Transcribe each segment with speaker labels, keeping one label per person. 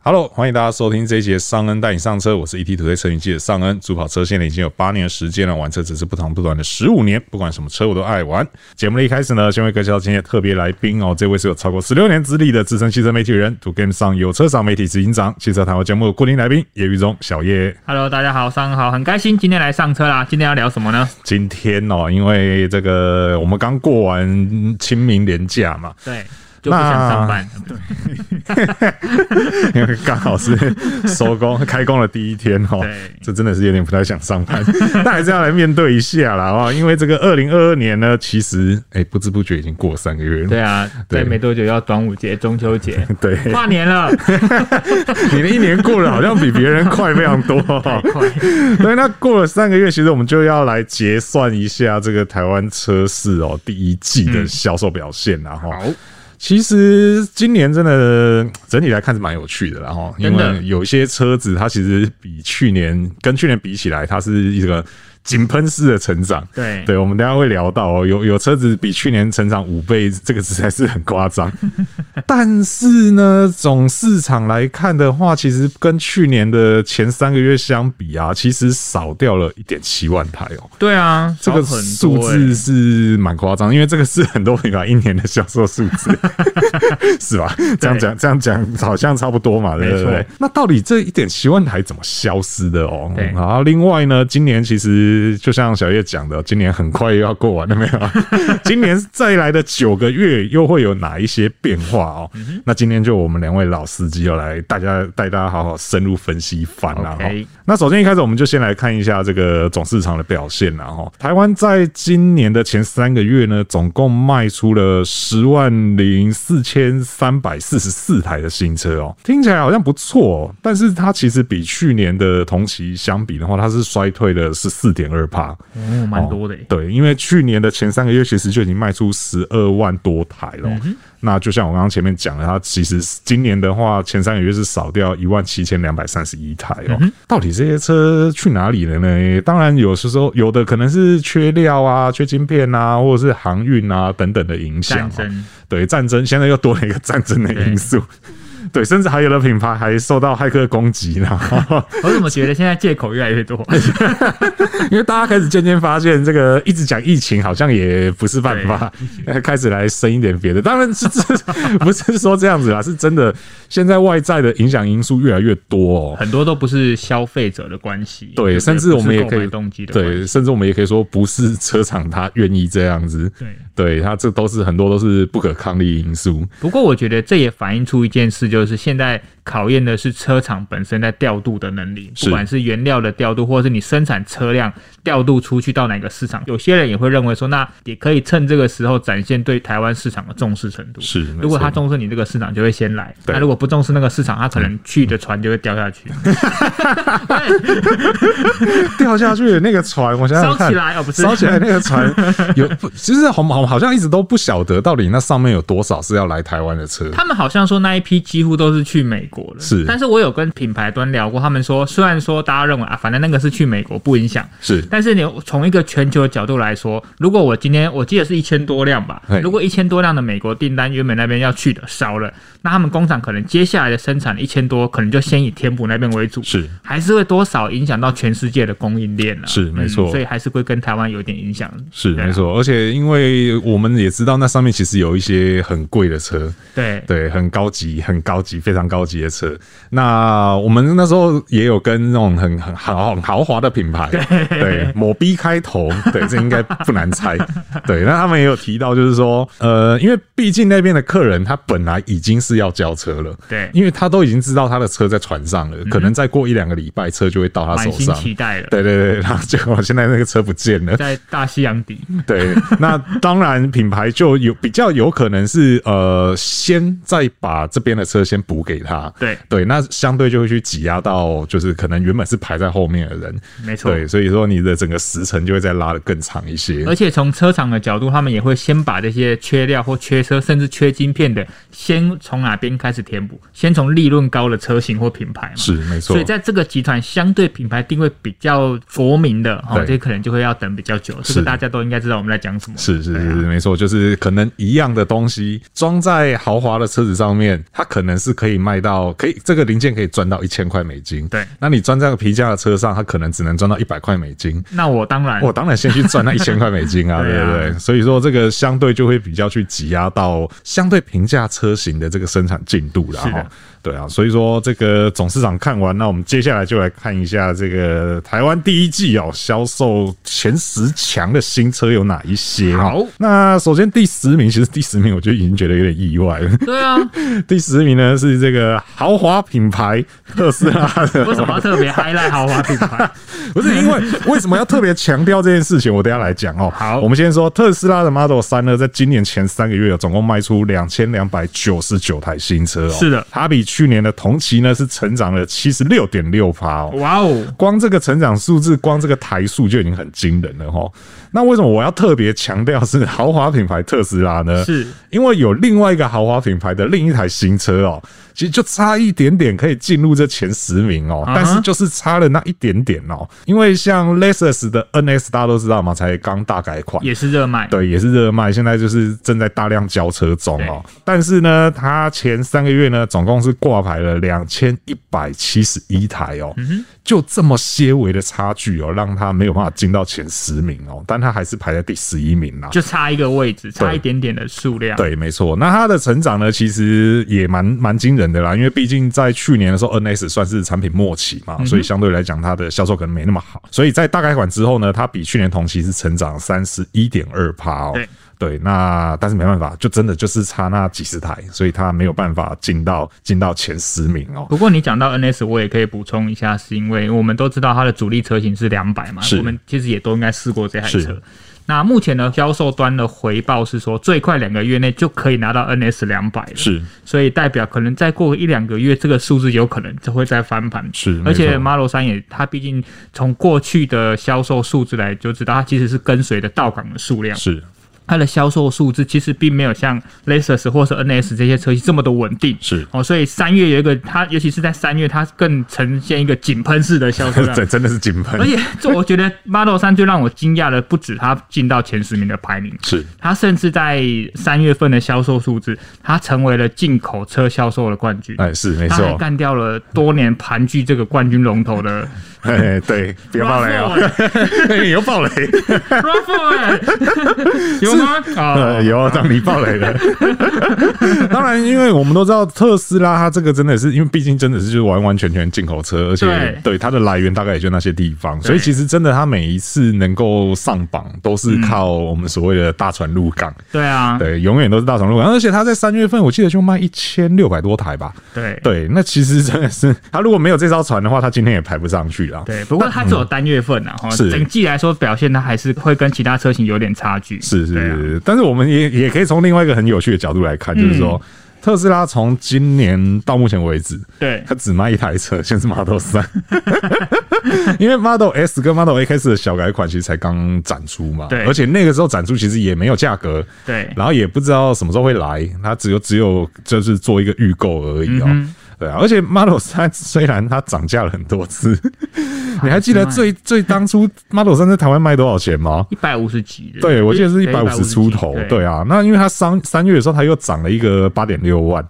Speaker 1: Hello，欢迎大家收听这一节尚恩带你上车，我是 ET 土 o 车云记者尚恩。主跑车现在已经有八年的时间了，玩车只是不长不短的十五年，不管什么车我都爱玩。节目的一开始呢，先为各位介绍今天的特别来宾哦，这位是有超过十六年资历的资深汽车媒体人，To Game 上有车赏媒体执行长，汽车谈话节目的固定来宾叶玉忠小叶。
Speaker 2: Hello，大家好，上午好，很开心今天来上车啦。今天要聊什么呢？
Speaker 1: 今天哦，因为这个我们刚过完清明连假嘛，
Speaker 2: 对，就不想上班。对，
Speaker 1: 因为刚好是收工开工的第一天哦
Speaker 2: 对，
Speaker 1: 这真的是有点不太想上班， 但还是要来面对一下啦哦，因为这个二零二二年呢，其实哎、不知不觉已经过三个月了，
Speaker 2: 对啊，
Speaker 1: 对
Speaker 2: 对，没多久要端午节、中秋节、
Speaker 1: 对，
Speaker 2: 跨年了，
Speaker 1: 你的一年过得好像比别人快非常多、哦。
Speaker 2: 快
Speaker 1: 对，那过了三个月，其实我们就要来结算一下这个台湾车市哦第一季的销售表现啊哦啦哈、
Speaker 2: 好
Speaker 1: 其实今年真的整体来看是蛮有趣的啦哈，因
Speaker 2: 真的
Speaker 1: 为有一些车子它其实比去年跟去年比起来，它是一个井喷式的成长。
Speaker 2: 对
Speaker 1: 对，我们等一下会聊到哦，有有车子比去年成长五倍，这个实在是很夸 张。但是呢，总市场来看的话，其实跟去年的前三个月相比啊，其实少掉了一点七万台哦。
Speaker 2: 对啊，
Speaker 1: 这个
Speaker 2: 少很
Speaker 1: 数
Speaker 2: 多
Speaker 1: 字
Speaker 2: 欸
Speaker 1: 是蛮夸张，因为这个是很多品牌一年的销售数 字，是吧？这样讲，这样讲好像差不多嘛，对不
Speaker 2: 没
Speaker 1: 对
Speaker 2: 错？
Speaker 1: 那到底这一点七万台怎么消失的哦？
Speaker 2: 对
Speaker 1: 然后另外呢，今年其实就像小叶讲的，今年很快又要过完了，没 有？今年再来的九个月又会有哪一些变化哦？
Speaker 2: 嗯
Speaker 1: 那今天就我们两位老司机要来大家带大家好好深入分析一番啦。哦
Speaker 2: OK
Speaker 1: 那首先一开始我们就先来看一下这个总市场的表现啦哈。台湾在今年的前三个月呢，总共卖出了十万零四千三百四十四台的新车哦，听起来好像不错、哦，但是它其实比去年的同期相比的话，它是衰退了十四点二帕。
Speaker 2: 哦，蛮多的欸。
Speaker 1: 对，因为去年的前三个月其实就已经卖出十二万多台了哦、
Speaker 2: 嗯
Speaker 1: 那就像我刚刚前面讲的，它其实今年的话，前三个月是少掉一万七千两百三十一台
Speaker 2: 嗯
Speaker 1: 哦、到底这些车去哪里了呢？当然，有时候有的可能是缺料啊、缺晶片啊，或者是航运啊等等的影响、
Speaker 2: 战
Speaker 1: 哦。
Speaker 2: 争，
Speaker 1: 对战争，现在又多了一个战争的因素。对，甚至还有的品牌还受到骇客攻击呢。
Speaker 2: 我怎么觉得现在借口越来 越多？
Speaker 1: 因为大家开始渐渐发现，这个一直讲疫情好像也不是办法，呃 开始来深一点别的。当然是这 不是说这样子啦，是真的，现在外在的影响因素越来越多哦。
Speaker 2: 很多都不是消费者的关系，
Speaker 1: 对，
Speaker 2: 不
Speaker 1: 甚至我们也
Speaker 2: 不是
Speaker 1: 可
Speaker 2: 购
Speaker 1: 以
Speaker 2: 买动机的关系，
Speaker 1: 对，甚至我们也可以说，不是车厂它愿意这样子，
Speaker 2: 对。
Speaker 1: 对它这都是很多都是不可抗力因素。
Speaker 2: 不过我觉得这也反映出一件事，就是现在考验的是车厂本身在调度的能力，
Speaker 1: 是
Speaker 2: 不管是原料的调度，或者是你生产车辆调度出去到哪个市场。有些人也会认为说，那也可以趁这个时候展现对台湾市场的重视程度。
Speaker 1: 是没错
Speaker 2: 如果他重视你这个市场，就会先来；
Speaker 1: 对
Speaker 2: 那如果不重视那个市场，他可能去的船就会掉下去，
Speaker 1: 掉下去的 那个船，我想想
Speaker 2: 烧
Speaker 1: 看
Speaker 2: 起。来哦，不 是
Speaker 1: 烧起来那个 船有不，其实好好好像一直都不晓得到底那上面有多少是要来台湾的车，
Speaker 2: 他们好像说那一批几乎都是去美国了，
Speaker 1: 是
Speaker 2: 但是我有跟品牌端聊过，他们说虽然说大家认为啊，反正那个是去美国不影响，
Speaker 1: 是
Speaker 2: 但是你从一个全球的角度来说，如果我今天我记得是一千多辆吧
Speaker 1: 嘿，
Speaker 2: 如果一千多辆的美国订单原本那边要去的少了，那他们工厂可能接下来的生产一千多，可能就先以填补那边为主，
Speaker 1: 是
Speaker 2: 还是会多少影响到全世界的供应链了、
Speaker 1: 是没错
Speaker 2: 所以还是会跟台湾有点影响，
Speaker 1: 是
Speaker 2: 对啊
Speaker 1: 没，错，而且因为我们也知道那上面其实有一些很贵的车，
Speaker 2: 对
Speaker 1: 对，很高级、很高级、非常高级的车。那我们那时候也有跟那种很很豪很豪华的品牌，对，某 B 开头，对，这应该不难 猜。对，那他们也有提到，就是说，呃，因为毕竟那边的客人他本来已经是要交车了，
Speaker 2: 对嗯
Speaker 1: 因为他都已经知道他的车在船上了，可能再过一两个礼拜车就会到他手
Speaker 2: 满心
Speaker 1: 上。
Speaker 2: 期待了，
Speaker 1: 对对对，然后结果现在那个车不见了，
Speaker 2: 在大西洋底，
Speaker 1: 对，那当然品牌就有比较有可能是呃，先再把这边的车先补给他。
Speaker 2: 对
Speaker 1: 对，那相对就会去挤压到就是可能原本是排在后面的人。
Speaker 2: 没错。
Speaker 1: 对，所以说你的整个时程就会再拉的更长一些
Speaker 2: 而。且从车厂的角度，他们也会先把这些缺料或缺车，甚至缺晶片的，先从哪边开始填补？先从利润高的车型或品牌嘛。
Speaker 1: 是没错
Speaker 2: 所以，在这个集团相对品牌定位比较国民的，哦，
Speaker 1: 对
Speaker 2: 这可能就会要等比较久。这
Speaker 1: 是
Speaker 2: 个大家都应该知道我们在讲什么。
Speaker 1: 是是是，
Speaker 2: 对啊
Speaker 1: 没错，就是可能一样的东西装在豪华的车子上面，它可能是可以卖到到可以这个零件可以赚到一千块美金，
Speaker 2: 对
Speaker 1: 那你装在个皮价的车上，它可能只能赚到一百块美金。
Speaker 2: 那我当 然
Speaker 1: 我当然先去赚那一千块美金 啊，
Speaker 2: 对
Speaker 1: 对
Speaker 2: 啊
Speaker 1: 不对？所以说这个相对就会比较去挤压到相对平价车型的这个生产进度了
Speaker 2: 是的
Speaker 1: 哈。对啊，所以说这个总市场看完，那我们接下来就来看一下这个台湾第一季哦销售前十强的新车有哪一些哈
Speaker 2: 好。
Speaker 1: 那首先第十名，其实第十名我就已经觉得有点意外了。
Speaker 2: 对啊，
Speaker 1: 第十名呢是这个豪华品牌特斯拉的
Speaker 2: 为什么要特 别 highlight 豪华品牌？
Speaker 1: 不是因为为什么要特别强调这件事情？我等一下来讲哦。
Speaker 2: 好
Speaker 1: 我们先说特斯拉的 Model 三呢，在今年前三个月有总共卖出两千两百九十九台新车哦。
Speaker 2: 是的
Speaker 1: 它比去年的同期呢是成长了七十六点六趴哦。
Speaker 2: 哇哦，
Speaker 1: 光这个成长数字，光这个台数就已经很惊人了哈。那为什么我要特别强调是豪华品牌特斯拉呢？
Speaker 2: 是
Speaker 1: 因为有另外一个豪华品牌的另一台新车哦，其实就差一点点可以进入这前十名哦，
Speaker 2: 啊哈
Speaker 1: 但是就是差了那一点点哦。因为像 Lexus 的 NS 大家都知道嘛，才刚大改款，
Speaker 2: 也是热卖，
Speaker 1: 对，也是热卖，现在就是正在大量交车中哦。但是呢，它前三个月呢，总共是挂牌了两千一百七十一台哦，就这么些微的差距哦，让它没有办法进到前十名哦，但它还是排在第十一名啦。
Speaker 2: 就差一个位置，差一点点的数量。
Speaker 1: 对，没错。那它的成长呢，其实也蛮蛮惊人的啦，因为毕竟在去年的时候，NS 算是产品末期嘛，所以相对来讲，它的销售可能没那么好。所以在大改款之后呢，它比去年同期是成长三十一点二趴哦。
Speaker 2: 对
Speaker 1: 对，那但是没办法，就真的就是差那几十台，所以它没有办法进到进到前十名哦。
Speaker 2: 不过你讲到 NS，我也可以补充一下，是因为我们都知道它的主力车型是两百嘛
Speaker 1: 是，
Speaker 2: 我们其实也都应该试过这台车
Speaker 1: 是。
Speaker 2: 那目前呢，销售端的回报是说，最快两个月内就可以拿到 NS 两百了，
Speaker 1: 是
Speaker 2: 所以代表可能再过个一两个月，这个数字有可能就会再翻盘。
Speaker 1: 是
Speaker 2: 而且
Speaker 1: 没错
Speaker 2: Model 三也，它毕竟从过去的销售数字来就知道，它其实是跟随着到港的数量，
Speaker 1: 是
Speaker 2: 它的销售数字其实并没有像 Lexus 或是 NS 这些车型这么的稳定。
Speaker 1: 是，
Speaker 2: 哦，所以三月有一个它，尤其是在三月，它更呈现一个井喷式的销售量。
Speaker 1: 对，真的是井喷
Speaker 2: 而，且，这我觉得 Model 三最让我惊讶的，不止它进到前十名的排名，
Speaker 1: 是
Speaker 2: 它甚至在三月份的销售数字，它成为了进口车销售的冠军。
Speaker 1: 哎是没
Speaker 2: 它 还
Speaker 1: 错，
Speaker 2: 干掉了多年盘踞这个冠军龙 头的
Speaker 1: 哎对，不要爆雷哦， 你又 爆雷，
Speaker 2: Raffle，哎 有吗？
Speaker 1: 呃，
Speaker 2: 啊，
Speaker 1: 有让你爆雷了。 当然，因为我们都知道特斯拉，它这个真的是因为毕竟真的是就是完完全全进口车，而且
Speaker 2: 对
Speaker 1: 对它的来源大概也就那些地方，所以
Speaker 2: 对
Speaker 1: 其实真的它每一次能够上榜，都是靠我们所谓的大船入港。
Speaker 2: 对啊，
Speaker 1: 对，永远都是大船入港，而且它在三月份我记得就卖一千六百多台吧。
Speaker 2: 对
Speaker 1: 对，那其实真的是它如果没有这艘船的话，它今天也排不上去了。
Speaker 2: 对，不过它只有单月份啊，哈，
Speaker 1: 是
Speaker 2: 整季来说表现它还是会跟其他车型有点差距。
Speaker 1: 是是
Speaker 2: 对啊嗯
Speaker 1: 是，但是我们也也可以从另外一个很有趣的角度来看，就是说。特斯拉从今年到目前为止，
Speaker 2: 对
Speaker 1: 它只卖一台车，先是 Model 三，因为 Model S 跟 Model A 开始的小改款其实才刚展出嘛，
Speaker 2: 对
Speaker 1: 而且那个时候展出其实也没有价格，
Speaker 2: 对
Speaker 1: 然后也不知道什么时候会来，它只有只有就是做一个预购而已哦，
Speaker 2: 嗯
Speaker 1: 对啊，而且 Model 三虽然它涨价了很多次，你还记得
Speaker 2: 还啊是
Speaker 1: 最最当初 Model 三在台湾卖多少钱吗？
Speaker 2: 一百五十几的，
Speaker 1: 对，我记得是一百五
Speaker 2: 150
Speaker 1: 十
Speaker 2: 几
Speaker 1: 出头，对
Speaker 2: 啊，
Speaker 1: 啊。那因为它三三月的时候，它又涨了一个八点六万，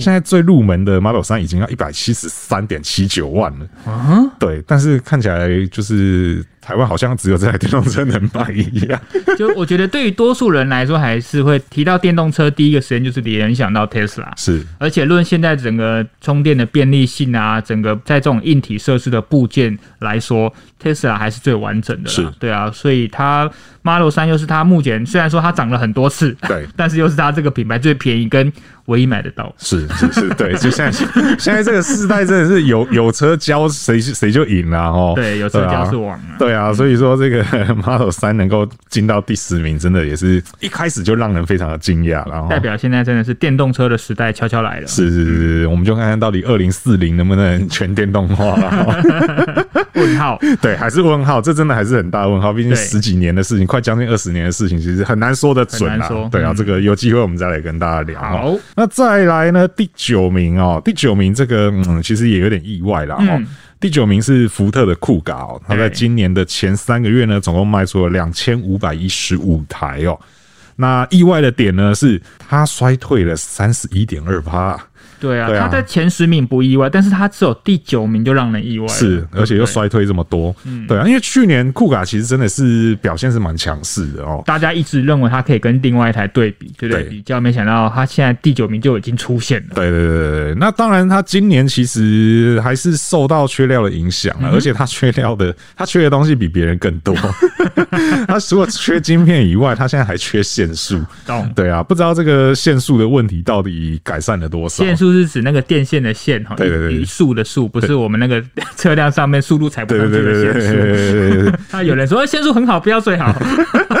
Speaker 1: 现在最入门的 Model 三已经要一百七十三点七九万了。
Speaker 2: 啊，
Speaker 1: 对，但是看起来就是台湾好像只有这台电动车能买一 样。
Speaker 2: 就我觉得对于多数人来说，还是会提到电动车，第一个时间就是联想到 Tesla。
Speaker 1: 是
Speaker 2: 而且论现在整个充电的便利性啊，整个在这种硬体设施的部件来说，Tesla 还是最完整的
Speaker 1: 是
Speaker 2: 啦。对啊，所以它 Model 三又是它目前虽然说它涨了很多次，
Speaker 1: 对
Speaker 2: 但是又是它这个品牌最便宜跟唯一买得到。
Speaker 1: 是是是，对，就现在现在这个世代真的是有 有车交谁谁就赢了哦。
Speaker 2: 对，有社交
Speaker 1: 啊
Speaker 2: 是王啊。
Speaker 1: 对啊，所以说这个 Model 三能够进到第十名，真的也是一开始就让人非常的惊讶了哦。
Speaker 2: 代表现在真的是电动车的时代悄悄来了。
Speaker 1: 是是是是，我们就看看到底二零四零能不能全电动化 了。
Speaker 2: 问号，
Speaker 1: 对，还是问号，这真的还是很大的问号。毕竟
Speaker 2: 对
Speaker 1: 十几年的事情，快将近二十年的事情，其实很难说得准
Speaker 2: 很
Speaker 1: 啦
Speaker 2: 难说。
Speaker 1: 对啊，
Speaker 2: 嗯
Speaker 1: 这个有机会我们再来跟大家聊。
Speaker 2: 好，
Speaker 1: 那再来呢？第九名哦，第九名这个嗯，其实也有点意外啦。哦
Speaker 2: 嗯，
Speaker 1: 第九名是福特的酷咖哦，它在
Speaker 2: 对
Speaker 1: 今年的前三个月呢，总共卖出了两千五百一十五台哦。那意外的点呢，是它衰退了三十一点二趴。
Speaker 2: 对啊，
Speaker 1: 对啊
Speaker 2: 他在前十名不意外，但是他只有第九名就让人意外了，
Speaker 1: 是，而且又
Speaker 2: 对不对。
Speaker 1: 衰退这么多，对啊，因为去年库卡其实真的是表现是蛮强势的哦，
Speaker 2: 大家一直认为他可以跟另外一台对比，对不对？
Speaker 1: 对
Speaker 2: 比较没想到他现在第九名就已经出现了。
Speaker 1: 对对对对对，那当然，他今年其实还是受到缺料的影响了，而且他缺料的，他缺的东西比别人更多。他除了缺晶片以外，他现在还缺线束。
Speaker 2: 懂？
Speaker 1: 对啊，不知道这个线束的问题到底改善了多少？
Speaker 2: 线速是指那个电线的线哈，
Speaker 1: 对对对
Speaker 2: 一一速的速，不是我们那个车辆上面速度踩不
Speaker 1: 对
Speaker 2: 上
Speaker 1: 对
Speaker 2: 去
Speaker 1: 对对
Speaker 2: 的
Speaker 1: 对
Speaker 2: 限速。
Speaker 1: 对对对
Speaker 2: 那有人说哎限速很好，不要最好。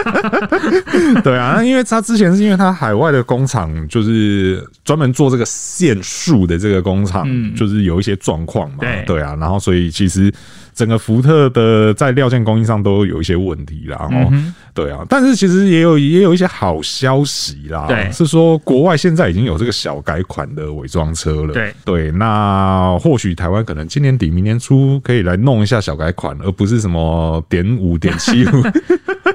Speaker 1: 对对啊！那因为他之前是因为他海外的工厂就是专门做这个线束的这个工厂，就是有一些状况嘛，
Speaker 2: 嗯对
Speaker 1: 对啊，然后所以其实整个福特的在料件供应上都有一些问题啦，然
Speaker 2: 嗯
Speaker 1: 后对啊，但是其实也有也有一些好消息啦，
Speaker 2: 对
Speaker 1: 是说国外现在已经有这个小改款的伪装车了，
Speaker 2: 对
Speaker 1: 对，那或许台湾可能今年底明年初可以来弄一下小改款，而不是什么点五点七 五，
Speaker 2: 哦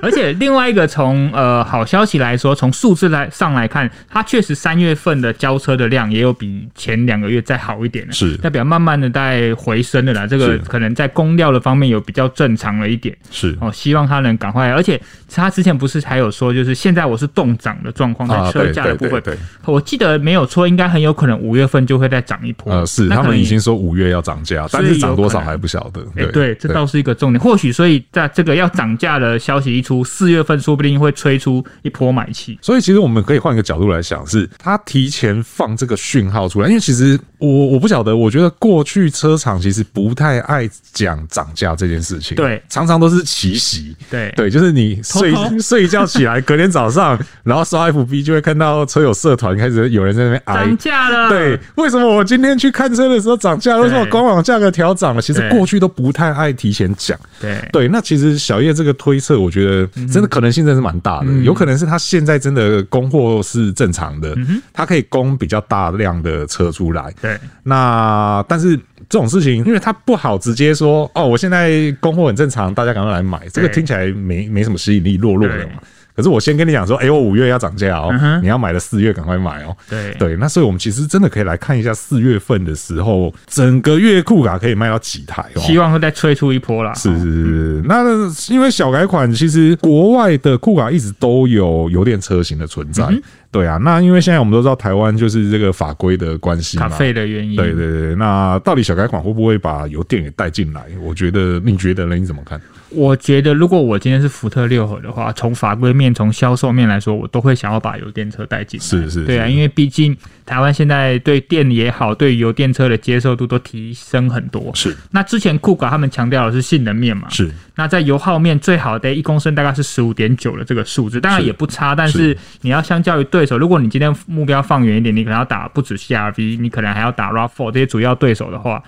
Speaker 2: 而且另外一个从呃好消息来说，从数字来上来看，它确实三月份的交车的量也有比前两个月再好一点了，
Speaker 1: 是
Speaker 2: 代表慢慢的在回升了啦。这个
Speaker 1: 是
Speaker 2: 可能在供料的方面有比较正常了一点。
Speaker 1: 是
Speaker 2: 哦，希望他能赶快，而且他之前不是还有说，就是现在我是动涨的状况，在
Speaker 1: 啊
Speaker 2: 车
Speaker 1: 对
Speaker 2: 价的部
Speaker 1: 对
Speaker 2: 分，
Speaker 1: 对对
Speaker 2: 我记得没有错，应该很有可能五月份就会再涨一波。
Speaker 1: 呃，是
Speaker 2: 哦那可
Speaker 1: 他
Speaker 2: 能
Speaker 1: 们已经说五月要涨价，
Speaker 2: 所以
Speaker 1: 但是涨多
Speaker 2: 有
Speaker 1: 少
Speaker 2: 可能
Speaker 1: 还不晓得。
Speaker 2: 哎、对，这倒是一个重点。或许，所以在这个要涨价的消息一出，四月份说不定会吹出一波买气。
Speaker 1: 所以其实我们可以换一个角度来想，是他提前放这个讯号出来，因为其实我我不晓得，我觉得过去车厂其实不太爱讲涨价这件事情，
Speaker 2: 对
Speaker 1: 常常都是奇袭。
Speaker 2: 对
Speaker 1: 对，就是你睡
Speaker 2: 偷偷
Speaker 1: 睡一觉起来，隔天早上，然后刷 FB 就会看到车友社团开始有人在那边
Speaker 2: 涨
Speaker 1: 哀。
Speaker 2: 价了，
Speaker 1: 哎对，，为什么我今天去看车的时候涨价？为什么
Speaker 2: 对
Speaker 1: 官网价格调涨了？其实
Speaker 2: 对
Speaker 1: 过去都不太爱提前讲。
Speaker 2: 对
Speaker 1: 对，那其实小叶这个推测，我觉得
Speaker 2: 嗯
Speaker 1: 真的可能性真的是蛮大的，有可能是他现在真的供货是正常的，他可以供比较大量的车出来。
Speaker 2: 嗯对，
Speaker 1: 那但是这种事情，因为他不好直接说哦，我现在供货很正常，大家赶快来买，这个
Speaker 2: 对
Speaker 1: 听起来没没什么吸引力，弱弱的
Speaker 2: 对
Speaker 1: 嘛。可是我先跟你讲说，哎、我五月要涨价哦，
Speaker 2: 嗯哼
Speaker 1: 你要买的四月赶快买哦。
Speaker 2: 对
Speaker 1: 对，那所以我们其实真的可以来看一下四月份的时候，整个月库卡可以卖到几台哦。
Speaker 2: 希望会再吹出一波啦。
Speaker 1: 是是是是，那因为小改款，其实国外的酷卡一直都有油电车型的存在，
Speaker 2: 嗯
Speaker 1: 对啊。那因为现在我们都知道台湾就是这个法规的关系
Speaker 2: 卡
Speaker 1: 嘛，
Speaker 2: 费的原因，
Speaker 1: 对对对。那到底小改款会不会把油电给带进来？我觉得，你觉得呢？你怎么看？
Speaker 2: 我觉得如果我今天是福特六合的话，从法规面、从销售面来说，我都会想要把油电车带进来。
Speaker 1: 是是
Speaker 2: 对啊，
Speaker 1: 是
Speaker 2: 因为毕竟台湾现在对电也好，对油电车的接受度都提升很多。
Speaker 1: 是
Speaker 2: 那之前酷卡他们强调的是性能面嘛，
Speaker 1: 是
Speaker 2: 那在油耗面最好的一公升大概是十五点九的这个数字，当然
Speaker 1: 是
Speaker 2: 也不差，但是你要相较于对手，如果你今天目标放远一点，你可能要打不止 CRV，你可能还要打 RAV4 这些主要对手的话。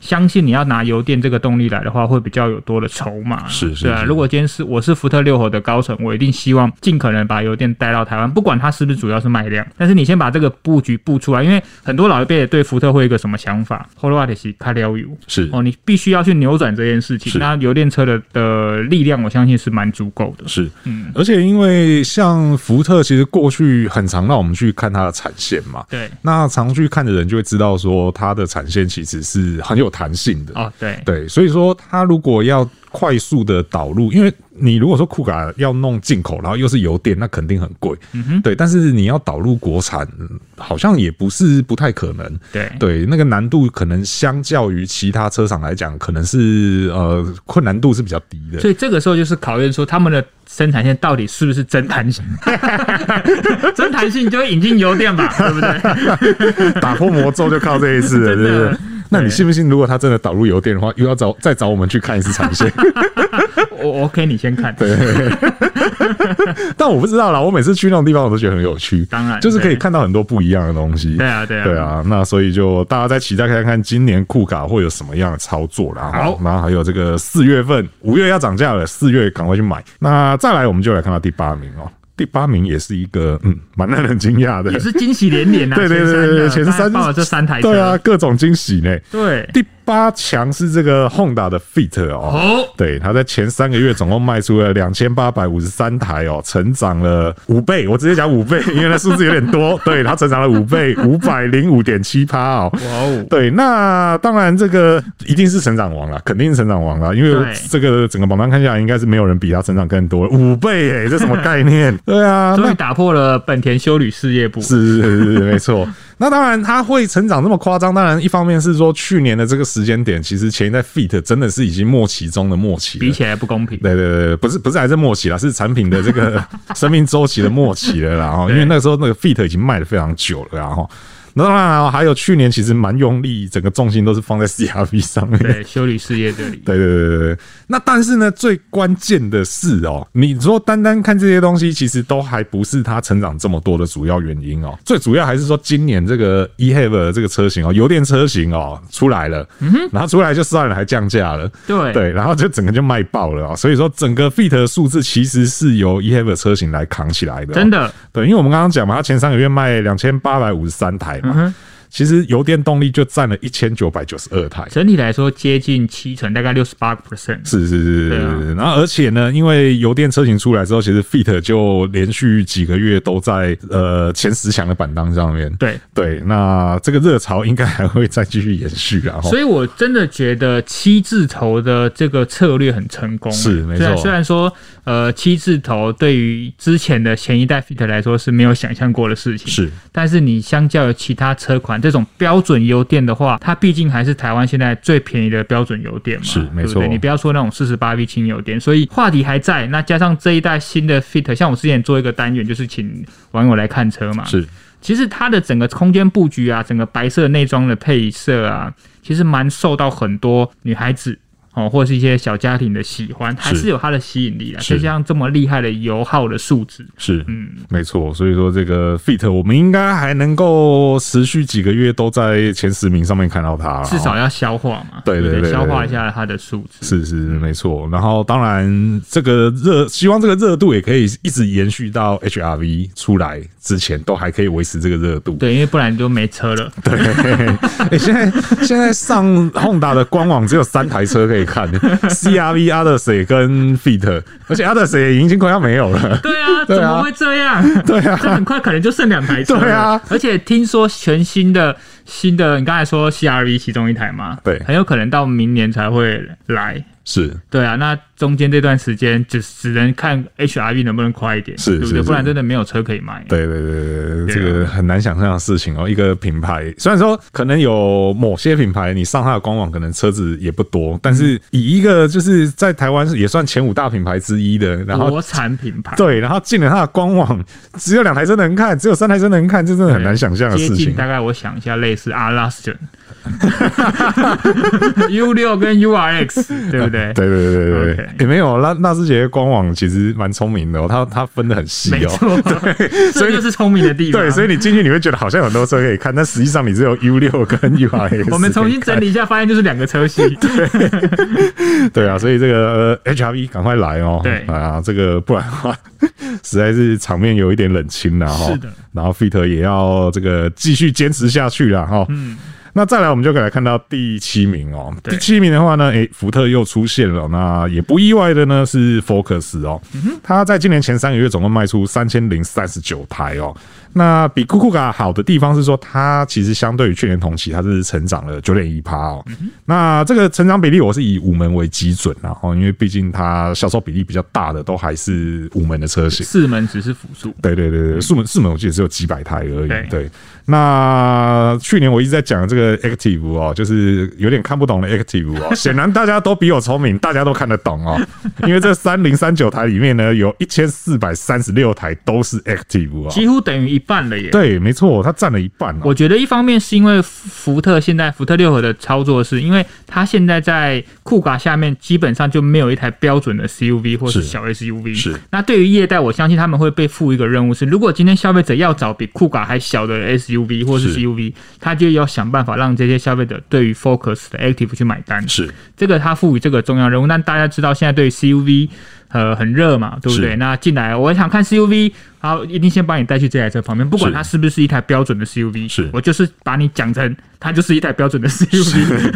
Speaker 2: 相信你要拿油电这个动力来的话，会比较有多的筹码。
Speaker 1: 是是
Speaker 2: 对啊。
Speaker 1: 是
Speaker 2: 如果今天是我是福特六合的高层，我一定希望尽可能把油电带到台湾，不管它是不是主要是卖量，但是你先把这个布局布出来，因为很多老一辈也对福特会有一个什么想法，后来得是开撩油。
Speaker 1: 是
Speaker 2: 哦，你必须要去扭转这件事
Speaker 1: 是
Speaker 2: 情。那油电车的的力量，我相信是蛮足够的。
Speaker 1: 是，而且因为像福特，其实过去很常让我们去看它的产线嘛，
Speaker 2: 对，
Speaker 1: 那常去看的人就会知道说，它的产线其实是很有弹性的
Speaker 2: 哦，对，
Speaker 1: 对，所以说它如果要快速的导入，因为你如果说酷卡要弄进口，然后又是油电，那肯定很贵。嗯哼，对，但是你要导入国产，好像也不是不太可能。
Speaker 2: 对
Speaker 1: 对，那个难度可能相较于其他车厂来讲，可能是呃困难度是比较低的。
Speaker 2: 所以这个时候就是考验说他们的生产线到底是不是真弹性，真弹性就会引进油电吧， 对不对？
Speaker 1: 打破魔咒就靠这一次 了，
Speaker 2: 真的
Speaker 1: 对不对？啊那你信不信，如果它真的导入油电的话，又要找再找我们去看一次产线？
Speaker 2: 我我 OK，你先看。
Speaker 1: 但我不知道啦，我每次去那种地方，我都觉得很有趣。
Speaker 2: 当然
Speaker 1: 就是可以
Speaker 2: 对
Speaker 1: 看到很多不一样的东西。
Speaker 2: 对啊，对啊，
Speaker 1: 对。啊，那所以就大家再期待看看今年酷卡会有什么样的操作啦。
Speaker 2: 好
Speaker 1: 然后还有这个四月份、五月要涨价了，四月赶快去买。那再来，我们就来看到第八名哦，第八名也是一个嗯，蛮让人惊讶的
Speaker 2: 也。是惊喜连连啊！
Speaker 1: 对对对对对，啊
Speaker 2: 前
Speaker 1: 前
Speaker 2: 三啊
Speaker 1: 三
Speaker 2: 报了这三台车，
Speaker 1: 对啊，各种惊喜呢。
Speaker 2: 对
Speaker 1: 第八强是这个 Honda 的 Fit 哦，
Speaker 2: 哦，
Speaker 1: 对，它在前三个月总共卖出了两千八百五十三台哦，成长了五倍，我直接讲五倍，因为那数字有点多，对，它成长了五倍，五百零五点七趴哦。
Speaker 2: 哇哦，
Speaker 1: 对，那当然这个一定是成长王啦，肯定是成长王啦，因为
Speaker 2: 对
Speaker 1: 这个整个榜单看下来，应该是没有人比它成长更多，五倍诶、这什么概念？对啊，
Speaker 2: 终
Speaker 1: 那
Speaker 2: 于打破了本田修旅事业部。
Speaker 1: 是是是是，没错。那当然，它会成长这么夸张，当然一方面是说去年的这个时间点，其实前一代 Fit 真的是已经末期中的末期了
Speaker 2: 比。起来不公平。
Speaker 1: 对对对，对不是不是还在末期啦，是产品的这个生命周期的末期了啦。哦，因为那时候那个 Fit 已经卖的非常久了啦，然后。那当然啊，还有去年其实蛮用力，整个重心都是放在 CRV 上面。
Speaker 2: 对，修理事业这里，
Speaker 1: 对对对对对。那但是呢，最关键的是哦，你说单单看这些东西，其实都还不是它成长这么多的主要原因哦。最主要还是说今年这个 eHave 这个车型哦，油电车型哦出来了，然后出来就算了，还降价了。
Speaker 2: 对
Speaker 1: 对，然后就整个就卖爆了哦。所以说整个 Fit 的数字其实是由 eHave 车型来扛起来的、哦
Speaker 2: 真。的
Speaker 1: 对，因为我们刚刚讲嘛，它前三个月卖两千八百五十三台
Speaker 2: 嗯
Speaker 1: 嘛。其实油电动力就占了一千九百九十二台，
Speaker 2: 整体来说接近七成，大概六十八 percent。
Speaker 1: 是是是是
Speaker 2: 对啊
Speaker 1: 是，然后而且呢，因为油电车型出来之后，其实 Fit 就连续几个月都在呃前十强的板当上面。
Speaker 2: 对，
Speaker 1: 对，那这个热潮应该还会再继续延续啊。吼
Speaker 2: 所以我真的觉得七字头的这个策略很成功。
Speaker 1: 是没错
Speaker 2: 虽然虽然说，呃，七字头对于之前的前一代 Fit 来说是没有想象过的事情。
Speaker 1: 是
Speaker 2: 但是你相较于其他车款这种标准油电的话，它毕竟还是台湾现在最便宜的标准油电嘛，
Speaker 1: 是没
Speaker 2: 对不
Speaker 1: 错
Speaker 2: 对？你不要说那种四十八 V 轻油电，所以话题还在。那加上这一代新的 Fit，像我之前做一个单元，就是请网友来看车嘛，
Speaker 1: 是，
Speaker 2: 其实它的整个空间布局啊，整个白色内装的配色啊，其实蛮受到很多女孩子。哦，或是一些小家庭的喜欢，还是有它的吸引力啊。
Speaker 1: 是
Speaker 2: 再加上这么厉害的油耗的数值，
Speaker 1: 是，嗯，没错。所以说这个 Fit 我们应该还能够持续几个月都在前十名上面看到它啦，
Speaker 2: 至
Speaker 1: 吼
Speaker 2: 少要消化嘛，
Speaker 1: 对
Speaker 2: 不
Speaker 1: 对对对
Speaker 2: 消化一下它的数值。
Speaker 1: 是是没错，然后当然这个热，希望这个热度也可以一直延续到 HRV 出来之前，都还可以维持这个热度。
Speaker 2: 对，因为不然就没车 了。
Speaker 1: 对，哎、 现在现在上 Honda 的官网只有三台车可以看，CRV、Odyssey 跟 Fit，而且 Odyssey 也已经快要没有了。
Speaker 2: 对啊，怎
Speaker 1: 对啊
Speaker 2: 么会这样？
Speaker 1: 对啊
Speaker 2: 这很快可能就剩两台车了。
Speaker 1: 对啊
Speaker 2: 而且听说全新的新的，你刚才说 CRV 其中一台嘛，
Speaker 1: 对
Speaker 2: 很有可能到明年才会来。
Speaker 1: 是
Speaker 2: 对啊，那中间这段时间只只能看 HRV 能不能快一点，
Speaker 1: 是
Speaker 2: 对不
Speaker 1: 是
Speaker 2: 对？
Speaker 1: 是
Speaker 2: 不然真的没有车可以卖。
Speaker 1: 对对对对，
Speaker 2: 对
Speaker 1: 这个很难想象的事情哦。一个品牌，虽然说可能有某些品牌，你上它的官网可能车子也不多，但是以一个就是在台湾也算前五大品牌之一的，然后
Speaker 2: 国产品牌，
Speaker 1: 对，然后进了它的官网，只有两台车能看，只有三台车能看，这真的很难想象的
Speaker 2: 接
Speaker 1: 事
Speaker 2: 近
Speaker 1: 情。
Speaker 2: 大概我想一下，类似 a l a s t o n U 六跟 URX，对不对？
Speaker 1: 对对对对对
Speaker 2: OK，
Speaker 1: 也没有那那之前官网其实蛮聪明的哦，它它分的很细
Speaker 2: 没
Speaker 1: 哦。
Speaker 2: 错，
Speaker 1: 所
Speaker 2: 这
Speaker 1: 以
Speaker 2: 就是聪明的地方。
Speaker 1: 对，所以你进去你会觉得好像有很多车可以看，但实际上你只有 U 六跟 U R S。
Speaker 2: 我们重新整理一下，发现就是两个 车系。
Speaker 1: 对啊，所以这个、呃、HRV 赶快来哦！
Speaker 2: 对
Speaker 1: 啊，这个不然的话， 实在是场面有一点冷清了哦哈。
Speaker 2: 是的，
Speaker 1: 然后 Fit 也要这个继续坚持下去了哈。嗯。那再来，我们就可以来看到第七名哦。
Speaker 2: 对
Speaker 1: 第七名的话呢，诶、福特又出现了。那也不意外的呢，是 Focus 哦。它在今年前三个月总共卖出三千零三十九台哦。那比 k u k a 好的地方是说，它其实相对于去年同期，它是成长了九点一趴哦。那这个成长比例，我是以五门为基准啦，然哦后因为毕竟它销售比例比较大的都还是五门的车型。
Speaker 2: 四门只是辅助，
Speaker 1: 对对对对，四门四门我记得只有几百台而已。
Speaker 2: 嗯对
Speaker 1: 对，那去年我一直在讲这个 Active 哦，就是有点看不懂的 Active 哦，显然大家都比我聪明，大家都看得懂 哦，因为这三零三九台里面呢，有一千四百三十六台都是 Active 哦。
Speaker 2: 几乎等于一半了耶。
Speaker 1: 对，没错，它占了一半哦。
Speaker 2: 我觉得一方面是因为福特现在福特六合的操作是，因为它现在在酷卡下面基本上就没有一台标准的 CUV 或是
Speaker 1: 是
Speaker 2: 小 SUV。
Speaker 1: 是
Speaker 2: 那对于业代，我相信他们会被赋一个任务是，如果今天消费者要找比酷卡还小的 SUV 或是
Speaker 1: 是
Speaker 2: CUV，他就要想办法让这些消费者对于 Focus 的 Active 去买单。
Speaker 1: 是
Speaker 2: 这个他赋予这个重要任务。但大家知道现在对于 CUV 呃很热嘛，对不对？
Speaker 1: 是
Speaker 2: 那进来我想看 CUV，好，一定先把你带去这台车旁边，不管
Speaker 1: 是
Speaker 2: 它是不是一台标准的 CUV，
Speaker 1: 是
Speaker 2: 我就是把你讲成它就是一台标准的 CUV。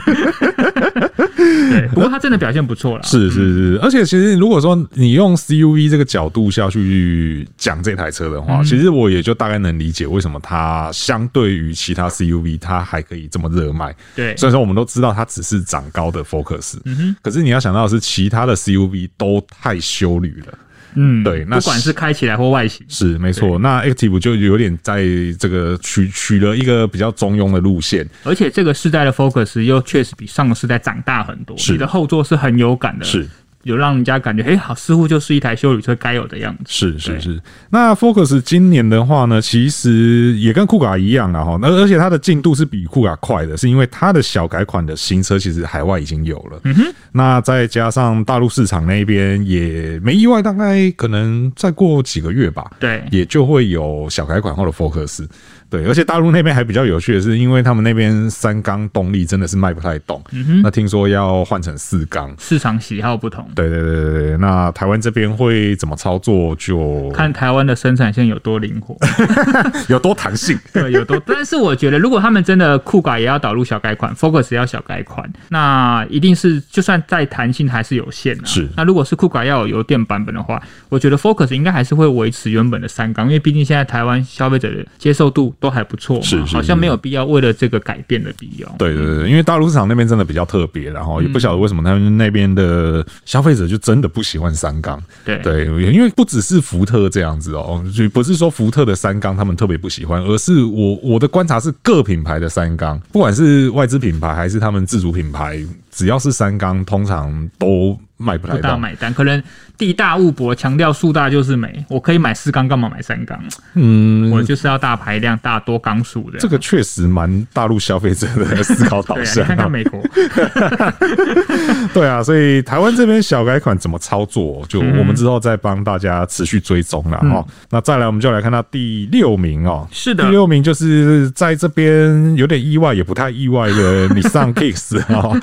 Speaker 2: 对，不过它真的表现不错了。
Speaker 1: 是是
Speaker 2: 嗯
Speaker 1: 是，而且其实如果说你用 CUV 这个角度下去讲这台车的
Speaker 2: 嗯
Speaker 1: 话，其实我也就大概能理解为什么它相对于其他 CUV 它还可以这么热卖。
Speaker 2: 对
Speaker 1: 虽然说我们都知道它只是长高的 Focus，可
Speaker 2: 嗯
Speaker 1: 是你要想到的是其他的 CUV 都太修旅了。
Speaker 2: 嗯，
Speaker 1: 对那
Speaker 2: 不管是开起来或外形，
Speaker 1: 是没错，那 Active 就有点在这个取取了一个比较中庸的路线，
Speaker 2: 而且这个世代的 Focus 又确实比上个世代长大很多，
Speaker 1: 是
Speaker 2: 你的后座是很有感的，
Speaker 1: 是
Speaker 2: 有让人家感觉，哎、好，似乎就是一台修理车该有的样子。
Speaker 1: 是是是，那 Focus 今年的话呢，其实也跟酷卡一样了哈，那而且它的进度是比酷卡快的，是因为它的小改款的新车其实海外已经有了，嗯哼，那再加上大陆市场那边也没意外，大概可能再过几个月吧，
Speaker 2: 对
Speaker 1: 也就会有小改款后的 Focus。对，而且大陆那边还比较有趣的是，因为他们那边三缸动力真的是卖不太动，那听说要换成四缸。
Speaker 2: 市场喜好不同，
Speaker 1: 对对对对对，那台湾这边会怎么操作就
Speaker 2: 看台湾的生产线有多灵活，
Speaker 1: 有多弹性。
Speaker 2: 对，有多。但是我觉得，如果他们真的酷改也要导入小改款，Focus 也要小改款，那一定是就算再弹性还是有限的、
Speaker 1: 是
Speaker 2: 那如果是酷改要有油电版本的话，我觉得 Focus 应该还是会维持原本的三缸，因为毕竟现在台湾消费者的接受度都还不错嘛，
Speaker 1: 是是
Speaker 2: 好像没有必要为了这个改变的必要。
Speaker 1: 对对对，因为大陆市场那边真的比较特别，然后也不晓得为什么他们那边的消费者就真的不喜欢三缸。
Speaker 2: 对
Speaker 1: 对，因为不只是福特这样子哦，就不是说福特的三缸他们特别不喜欢，而是我我的观察是各品牌的三缸，不管是外资品牌还是他们自主品牌，只要是三缸，通常都卖不
Speaker 2: 不
Speaker 1: 太
Speaker 2: 大
Speaker 1: 到。
Speaker 2: 买单，可能地大物博，强调树大就是美。我可以买四缸，干嘛买三缸？嗯，我就是要大排量、大多缸数的。
Speaker 1: 这个确实蛮大陆消费者的思考导
Speaker 2: 对啊，
Speaker 1: 向
Speaker 2: 你
Speaker 1: 哦、
Speaker 2: 看看美国，
Speaker 1: 对啊，所以台湾这边小改款怎么操作，就
Speaker 2: 嗯
Speaker 1: 我们之后再帮大家持续追踪了哦。那再来，我们就来看到第六名哦，
Speaker 2: 是的
Speaker 1: 第六名就是在这边有点意外，也不太意外的你 上 Kicks 哦。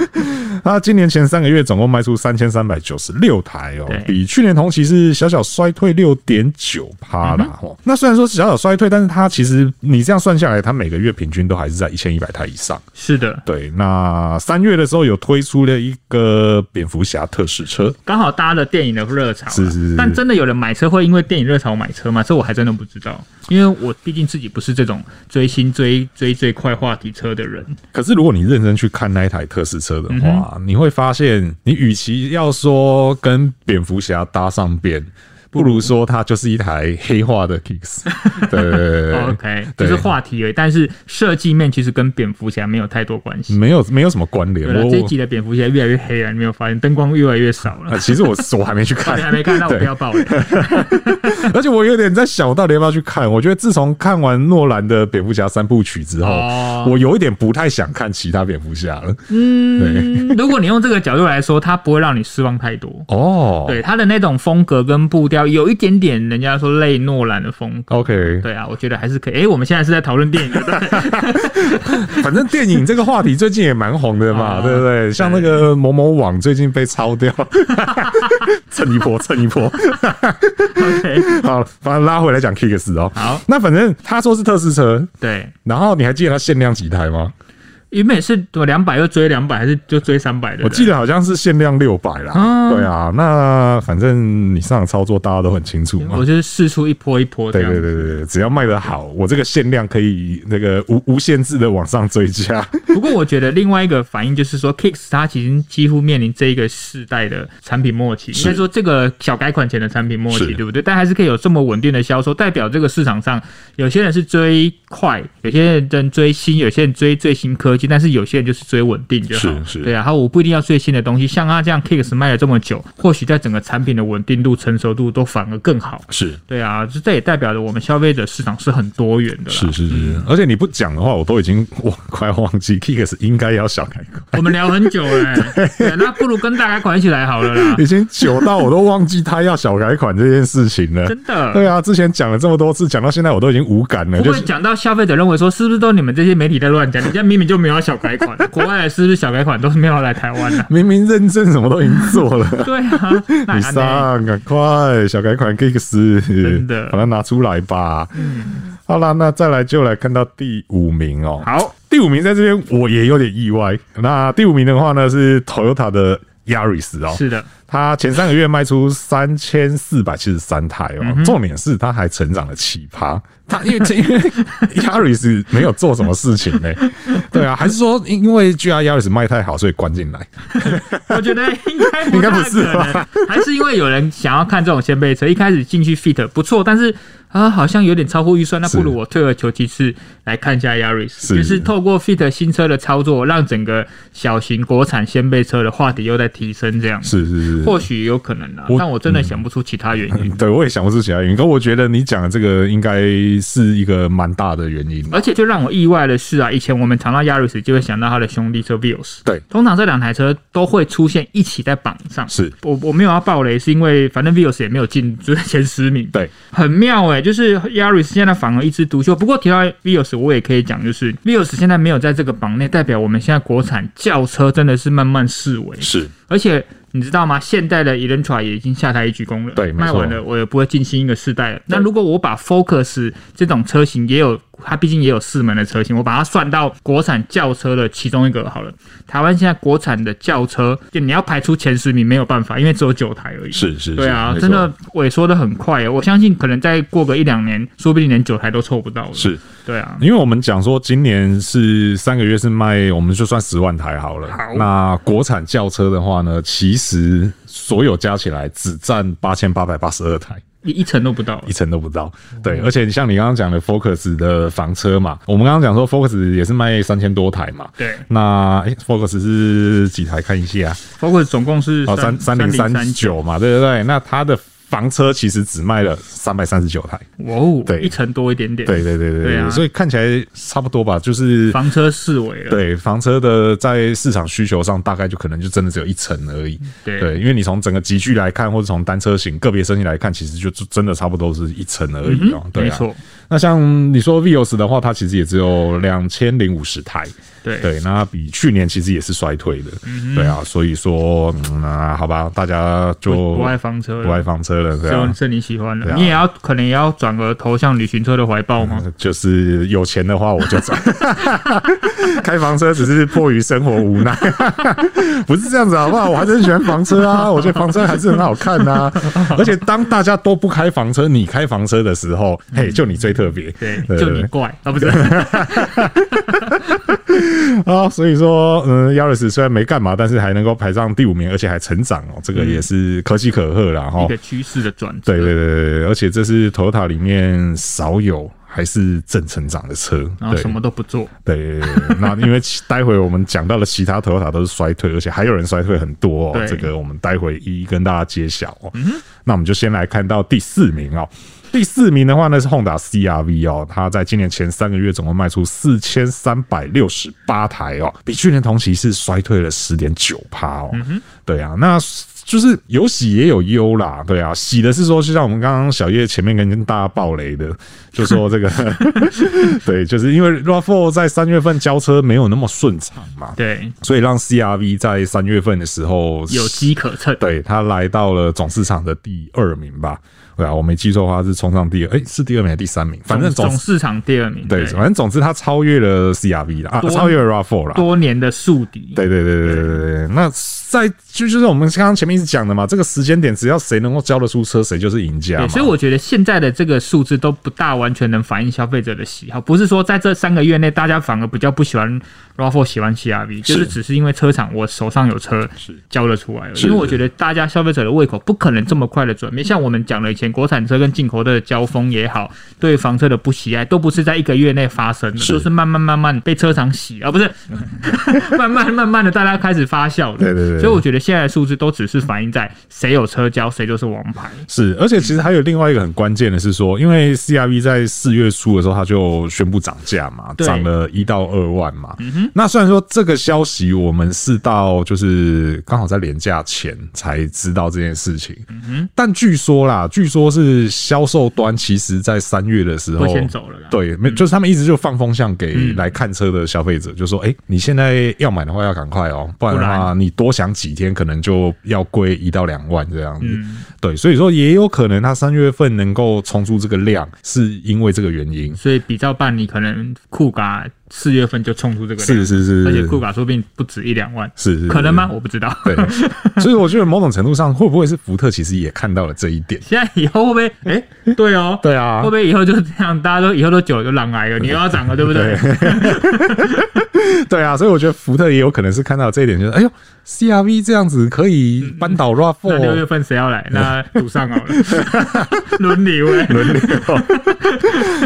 Speaker 1: 它今年前三个月总共卖出三千三百九十六台哦
Speaker 2: 对，
Speaker 1: 比去年同期是小小衰退六点九趴
Speaker 2: 嗯
Speaker 1: 啦哦。那虽然说是小小衰退，但是它其实你这样算下来，它每个月平均都还是在一千一百台以上。
Speaker 2: 是的，
Speaker 1: 对，那三月的时候有推出了一个蝙蝠侠特试车，
Speaker 2: 刚好搭了电影的热潮啦。
Speaker 1: 是是是
Speaker 2: 但真的有人买车会因为电影热潮买车吗？这我还真的不知道，因为我毕竟自己不是这种追星追追最快话题车的人。
Speaker 1: 可是如果你认真去看那一台特试车的
Speaker 2: 嗯
Speaker 1: 话，你会发现，你与其要说跟蝙蝠侠搭上边，不如说它就是一台黑化的 Kicks。对对对对
Speaker 2: 哦 OK，就
Speaker 1: 对
Speaker 2: 是话题而已，但是设计面其实跟蝙蝠侠没有太多关系。
Speaker 1: 没有没有什么关联。
Speaker 2: 对了，
Speaker 1: 嗯我
Speaker 2: 这一
Speaker 1: 我
Speaker 2: 集的蝙蝠侠越来越黑啊了，你没有发现灯光越来越少了
Speaker 1: 啊，？其实我我还没去看
Speaker 2: 你，还没看到，我
Speaker 1: 对
Speaker 2: 不要爆雷。
Speaker 1: 而且我有点在想，我到底要不要去看？我觉得自从看完诺兰的蝙蝠侠三部曲之后，
Speaker 2: 哦
Speaker 1: 我有一点不太想看其他蝙蝠侠了。对，
Speaker 2: 嗯，如果你用这个角度来说，它不会让你失望太多。
Speaker 1: 哦，
Speaker 2: 对它的那种风格跟步调，有一点点人家说类诺兰的风格。
Speaker 1: ，OK，
Speaker 2: 对啊，我觉得还是可以。诶，我们现在是在讨论电影 的，
Speaker 1: 反正电影这个话题最近也蛮红的嘛，
Speaker 2: 啊
Speaker 1: 对不对？像那个某某网最近被抄掉， 蹭一 波，蹭一波。
Speaker 2: OK
Speaker 1: 好，反正拉回来讲 Kicks 哦。
Speaker 2: 好，
Speaker 1: 那反正他说是特试车，
Speaker 2: 对，
Speaker 1: 然后你还记得它限量几台吗？
Speaker 2: 原本是我两百又追两百，还是就追三百的？
Speaker 1: 我记得好像是限量六百啦。
Speaker 2: 啊
Speaker 1: 对啊，那反正你上操作大家都很清楚
Speaker 2: 对，
Speaker 1: 嘛
Speaker 2: 我。就是试出一波一波这
Speaker 1: 对
Speaker 2: 样。
Speaker 1: 对对对对，只要卖得好，我这个限量可以那个无无限制的往上追加。
Speaker 2: 不过我觉得另外一个反应就 是说，Kicks 它其实几乎面临这一个世代的产品末期，应该说这个小改款前的产品末期，
Speaker 1: 是
Speaker 2: 对不对？但还是可以有这么稳定的销售，代表这个市场上有些人是追快，有些人追新，有些人追最新科技，但是有些人就是追稳定就好。
Speaker 1: 是是
Speaker 2: 对啊，然后我不一定要最新的东西，像它这样 Kicks 卖了这么久，或许在整个产品的稳定度、成熟度都反而更好。
Speaker 1: 是，
Speaker 2: 对啊，这这也代表着我们消费者市场是很多元的啦。
Speaker 1: 是是
Speaker 2: 嗯
Speaker 1: 是，而且你不讲的话，我都已经我快忘记 Kicks 应该要小改 款，
Speaker 2: 我们聊很久了、 欸对，那不如跟大家款一起来好了啦。
Speaker 1: 已经久到我都忘记他要小改款这件事情了。
Speaker 2: 真的
Speaker 1: 对啊，之前讲了这么多次，讲到现在我都已经无感了，
Speaker 2: 不
Speaker 1: 就
Speaker 2: 会
Speaker 1: 是
Speaker 2: 讲到消费者认为说，是不是都你们这些媒体在乱讲？人家明明就没有要小 改款，国外是不是小改款都是没有来台湾的、
Speaker 1: 明明认证什么都已经做了。
Speaker 2: 对啊， 那
Speaker 1: 你
Speaker 2: 也安内
Speaker 1: 上，赶快小改款 Kicks，
Speaker 2: 真的嗯
Speaker 1: 把它拿出来吧。好啦，那再来就来看到第五名哦。
Speaker 2: 好，
Speaker 1: 第五名在这边我也有点意外。那第五名的话呢是 Toyota 的 Yaris 哦，
Speaker 2: 是的，
Speaker 1: 它前三个月卖出三千四百七十三台哦，重点是它还成长了七趴。它因为因为 Yaris 没有做什么事情 呢、对啊，还是说因为 GR Yaris 卖太好，所以关进来？
Speaker 2: 我觉得应该
Speaker 1: 应
Speaker 2: 不
Speaker 1: 该不
Speaker 2: 大
Speaker 1: 是
Speaker 2: 可能，还是因为有人想要看这种掀背车，一开始进去 fit 不错，但是啊好像有点超乎预算，那不如我退而求其次来看一下 Yaris，
Speaker 1: 是
Speaker 2: 就是透过 fit 新车的操作，让整个小型国产掀背车的话题又在提升，这样
Speaker 1: 是是是，
Speaker 2: 或许有可能啊
Speaker 1: 我，嗯
Speaker 2: 但我真的想不出其他原因。
Speaker 1: 对，我也想不出其他原因，可我觉得你讲的这个应该是一个蛮大的原因。
Speaker 2: 而且就让我意外的是啊，以前我们谈到 Yaris 就会想到他的兄弟车 Vios，
Speaker 1: 对，
Speaker 2: 通常这两台车都会出现一起在榜上，
Speaker 1: 是
Speaker 2: 我我没有要爆雷，是因为反正 Vios 也没有进就是前十名，
Speaker 1: 对，
Speaker 2: 很妙哎、就是 Yaris 现在反而一枝独秀。不过提到 Vios，我也可以讲，就是 Vios 现在没有在这个榜内，代表我们现在国产轿车真的是慢慢式微。
Speaker 1: 是
Speaker 2: 而且你知道吗？现代的 Elantra 也已经下台一鞠躬了，
Speaker 1: 对没错
Speaker 2: 卖完了，我也不会进新一个世代了。那如果我把 Focus 这种车型也有，它毕竟也有四门的车型，我把它算到国产轿车的其中一个好了。台湾现在国产的轿车，就你要排出前十名没有办法，因为只有九台而已。
Speaker 1: 是是，
Speaker 2: 对啊
Speaker 1: 没，错
Speaker 2: 真的萎缩的很快哦耶！我相信可能再过个一两年，说不定连九台都凑不到了。，
Speaker 1: 是。
Speaker 2: 对啊，
Speaker 1: 因为我们讲说，今年是三个月是卖，我们就算十万台好了。
Speaker 2: 好
Speaker 1: 那国产轿车的话呢，其实所有加起来只占八千八百八十二台，
Speaker 2: 一一成都不到了
Speaker 1: 一。成都不到。对，而且像你刚刚讲的 Focus 的房车嘛，我们刚刚讲说 Focus 也是卖三千多台嘛。
Speaker 2: 对
Speaker 1: 那、诶 Focus 是几台？看一下、啊
Speaker 2: 包括总共是
Speaker 1: 哦，三三零三
Speaker 2: 三，
Speaker 1: 九嘛，对不对？那它的房车其实只卖了三百三十九台，
Speaker 2: 哇哦，
Speaker 1: 对
Speaker 2: 一成多一点点。
Speaker 1: 对对对对
Speaker 2: 对啊
Speaker 1: 所以看起来差不多吧，就是
Speaker 2: 房车四尾了。
Speaker 1: 对房车的在市场需求上，大概就可能就真的只有一成而已。
Speaker 2: 对
Speaker 1: 对，因为你从整个集聚来看，或者从单车型个别车型来看，其实就就真的差不多是一成而已哦。对、啊，
Speaker 2: 嗯没错。
Speaker 1: 那像你说 Vios 的话，它其实也只有两千零五十台。
Speaker 2: 对嗯
Speaker 1: 对，那比去年其实也是衰退的，对啊，所以说，嗯，那好吧，大家就
Speaker 2: 不爱房车了
Speaker 1: 啊不爱房车了，对
Speaker 2: 就
Speaker 1: 啊，
Speaker 2: 是你喜欢
Speaker 1: 对
Speaker 2: 了，
Speaker 1: 啊嗯
Speaker 2: 你也要可能也要转而投向旅行车的怀抱吗？
Speaker 1: 就是有钱的话我就转， 开房车只是迫于生活无奈， 不是这样子好不好？我还是很喜欢房车啊， 我觉得房车还是很好看 呐、啊。而且当大家都不开房车，你开房车的时候，嘿，就你最特别，
Speaker 2: 嗯对，就你怪啊，不是
Speaker 1: 啊，所以说，嗯，Yaris 虽然没干嘛，但是还能够排上第五名，而且还成长哦，这个也是可喜可贺啦。哈
Speaker 2: 嗯一。个趋势的转折。
Speaker 1: 哦对对对对，对而且这是 Toyota 里面少有还是正成长的车，
Speaker 2: 然后
Speaker 1: 对
Speaker 2: 什么都不做，
Speaker 1: 对对对 对对，那因为其待会我们讲到的其他 Toyota 都是衰退，而且还有人衰退很多、哦
Speaker 2: 对，
Speaker 1: 这个我们待会一一跟大家揭晓、哦。那我们就先来看到第四名哦。第四名的话呢是 Honda CRV 哦，它在今年前三个月总共卖出四千三百六十八台哦，比去年同期是衰退了十点九趴哦。对啊，那就是有喜也有忧啦，对啊，喜的是说，就像我们刚刚小叶前面跟大家爆雷的，就说这个， 对，就是因为 RAV4 在三月份交车没有那么顺畅嘛，
Speaker 2: 对，
Speaker 1: 所以让 CRV 在三月份的时候
Speaker 2: 有机可乘。
Speaker 1: 对他来到了总市场的第二名吧，对啊，我没记错的话是冲上第二，哎、是第二名还是第三名？反正
Speaker 2: 总
Speaker 1: 总
Speaker 2: 总市场第二名，
Speaker 1: 对，反正总之他超越了 CRV 啦，啊，
Speaker 2: 多
Speaker 1: 超越了 RAV4 啦，
Speaker 2: 多年的宿敌。
Speaker 1: 对对对对对对。那在就就是我们刚刚前面一直讲的嘛，这个时间点，只要谁能够交得出车，谁就是赢家嘛。
Speaker 2: 对，所以我觉得现在的这个数字都不大完全能反映消费者的喜好，不是说在这三个月内大家反而比较不喜欢 RAV4，喜欢 CRV，就是只是因为车厂我手上有车
Speaker 1: 是
Speaker 2: 交了出来而已，
Speaker 1: 是
Speaker 2: 因为我觉得大家消费者的胃口不可能这么快的转变，像我们讲的以前国产车跟进口的交锋也好，对房车的不喜爱都不是在一个月内发生的，
Speaker 1: 是
Speaker 2: 都是慢慢慢慢被车厂洗啊，不是慢慢慢慢的大家开始发酵的，
Speaker 1: 对对对
Speaker 2: 所以我觉得现在的数字都只是反映在谁有车交谁就是王牌，
Speaker 1: 是，而且其实还有另外一个很关键的是说，因为 CRV 在四月初的时候，它就宣布涨价嘛，
Speaker 2: 对嗯
Speaker 1: 涨了一到二万嘛。那虽然说这个消息我们是到就是刚好在廉价前才知道这件事情，
Speaker 2: 嗯
Speaker 1: 但据说啦，据说是销售端其实在三月的时候
Speaker 2: 都先走了啦。
Speaker 1: 对，没就是他们一直就放风向给
Speaker 2: 嗯
Speaker 1: 来看车的消费者，就说：哎、你现在要买的话要赶快哦，不然的
Speaker 2: 不
Speaker 1: 话你多想几天可能就要归一到两万这样子。
Speaker 2: 嗯
Speaker 1: 对，所以说也有可能他三月份能够冲出这个量，是因为这个原因。
Speaker 2: 所以比较办，你可能酷咖四月份就冲出这个量，
Speaker 1: 是是是是
Speaker 2: 而且库卡说不定不止一两万，
Speaker 1: 是是
Speaker 2: 可能吗？
Speaker 1: 是
Speaker 2: 我不知道。
Speaker 1: 对，所以我觉得某种程度上，会不会是福特其实也看到了这一点？
Speaker 2: 现在以后会不会？哎、对哦，
Speaker 1: 对啊
Speaker 2: 会不会以后就这样？大家都以后都久就 狼来了，你又要涨了，对不对？
Speaker 1: 对啊，所以我觉得福特也有可能是看到这一点，就是哎呦，CRV 这样子可以扳倒
Speaker 2: 嗯那六月
Speaker 1: RAV4，
Speaker 2: 份谁要来？那赌上好了， 轮流哎，轮流。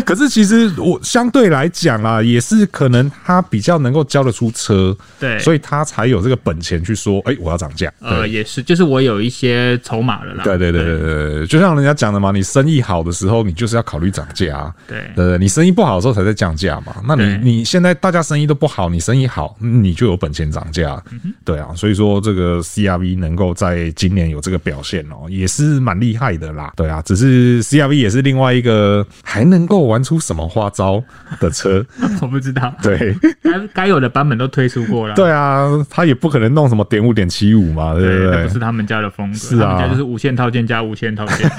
Speaker 1: 可是其实我相对来讲啦，也是可能他比较能够交得出车，
Speaker 2: 对
Speaker 1: 所以他才有这个本钱去说，哎、我要涨价。
Speaker 2: 呃，
Speaker 1: 对
Speaker 2: 也是，就是我有一些筹码了啦。
Speaker 1: 对对对对对对，就像人家讲的嘛，你生意好的时候，你就是要考虑涨价啊。
Speaker 2: 对
Speaker 1: 对，你生意不好的时候才在降价嘛。那你
Speaker 2: 对
Speaker 1: 你现在大家生意都不好，你生意好，你就有本钱涨价。
Speaker 2: 嗯
Speaker 1: 对啊，所以说这个 CRV 能够在今年有这个表现哦，也是蛮厉害的啦。对啊，只是 CRV 也是另外一个还能够玩出什么花招的车。
Speaker 2: 我不知道，
Speaker 1: 对
Speaker 2: 该该有的版本都推出过了。
Speaker 1: 对啊，他也不可能弄什么点五点七五嘛，对不
Speaker 2: 那
Speaker 1: 对
Speaker 2: 不？是他们家的风格，
Speaker 1: 是啊
Speaker 2: 他们家就是无限套件加无限套件。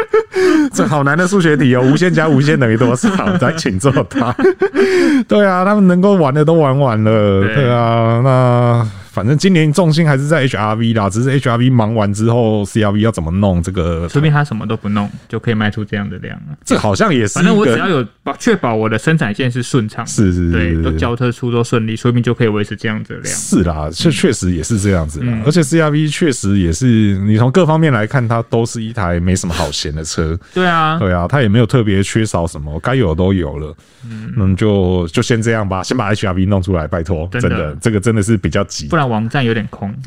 Speaker 1: 这好难的数学题哦，无限加无限等于多少？来，请作答。 对啊，他们能够玩的都玩完了，
Speaker 2: 对
Speaker 1: 对啊，那。反正今年重心还是在 HRV 啦，只是 HRV 忙完之后，CRV 要怎么弄这个，
Speaker 2: 说不定他什么都不弄，就可以卖出这样的量了。
Speaker 1: 这好像也是
Speaker 2: 反正
Speaker 1: 一
Speaker 2: 我只要
Speaker 1: 个
Speaker 2: 有保确保我的生产线是顺畅的，
Speaker 1: 是是是
Speaker 2: 对，
Speaker 1: 是
Speaker 2: 都交车出都顺利，说不定就可以维持这样子的量。
Speaker 1: 是啦，这确实也是这样子啦。
Speaker 2: 嗯
Speaker 1: 而且 CRV 确实也是，你从各方面来看，它都是一台没什么好闲的车。
Speaker 2: 对啊，
Speaker 1: 对啊，它也没有特别缺少什么，该有的都有了。嗯，就就先这样吧，先把 HRV 弄出来，拜托，
Speaker 2: 真
Speaker 1: 真
Speaker 2: 的
Speaker 1: 的，这个真的是比较急
Speaker 2: 不。然网站有点空。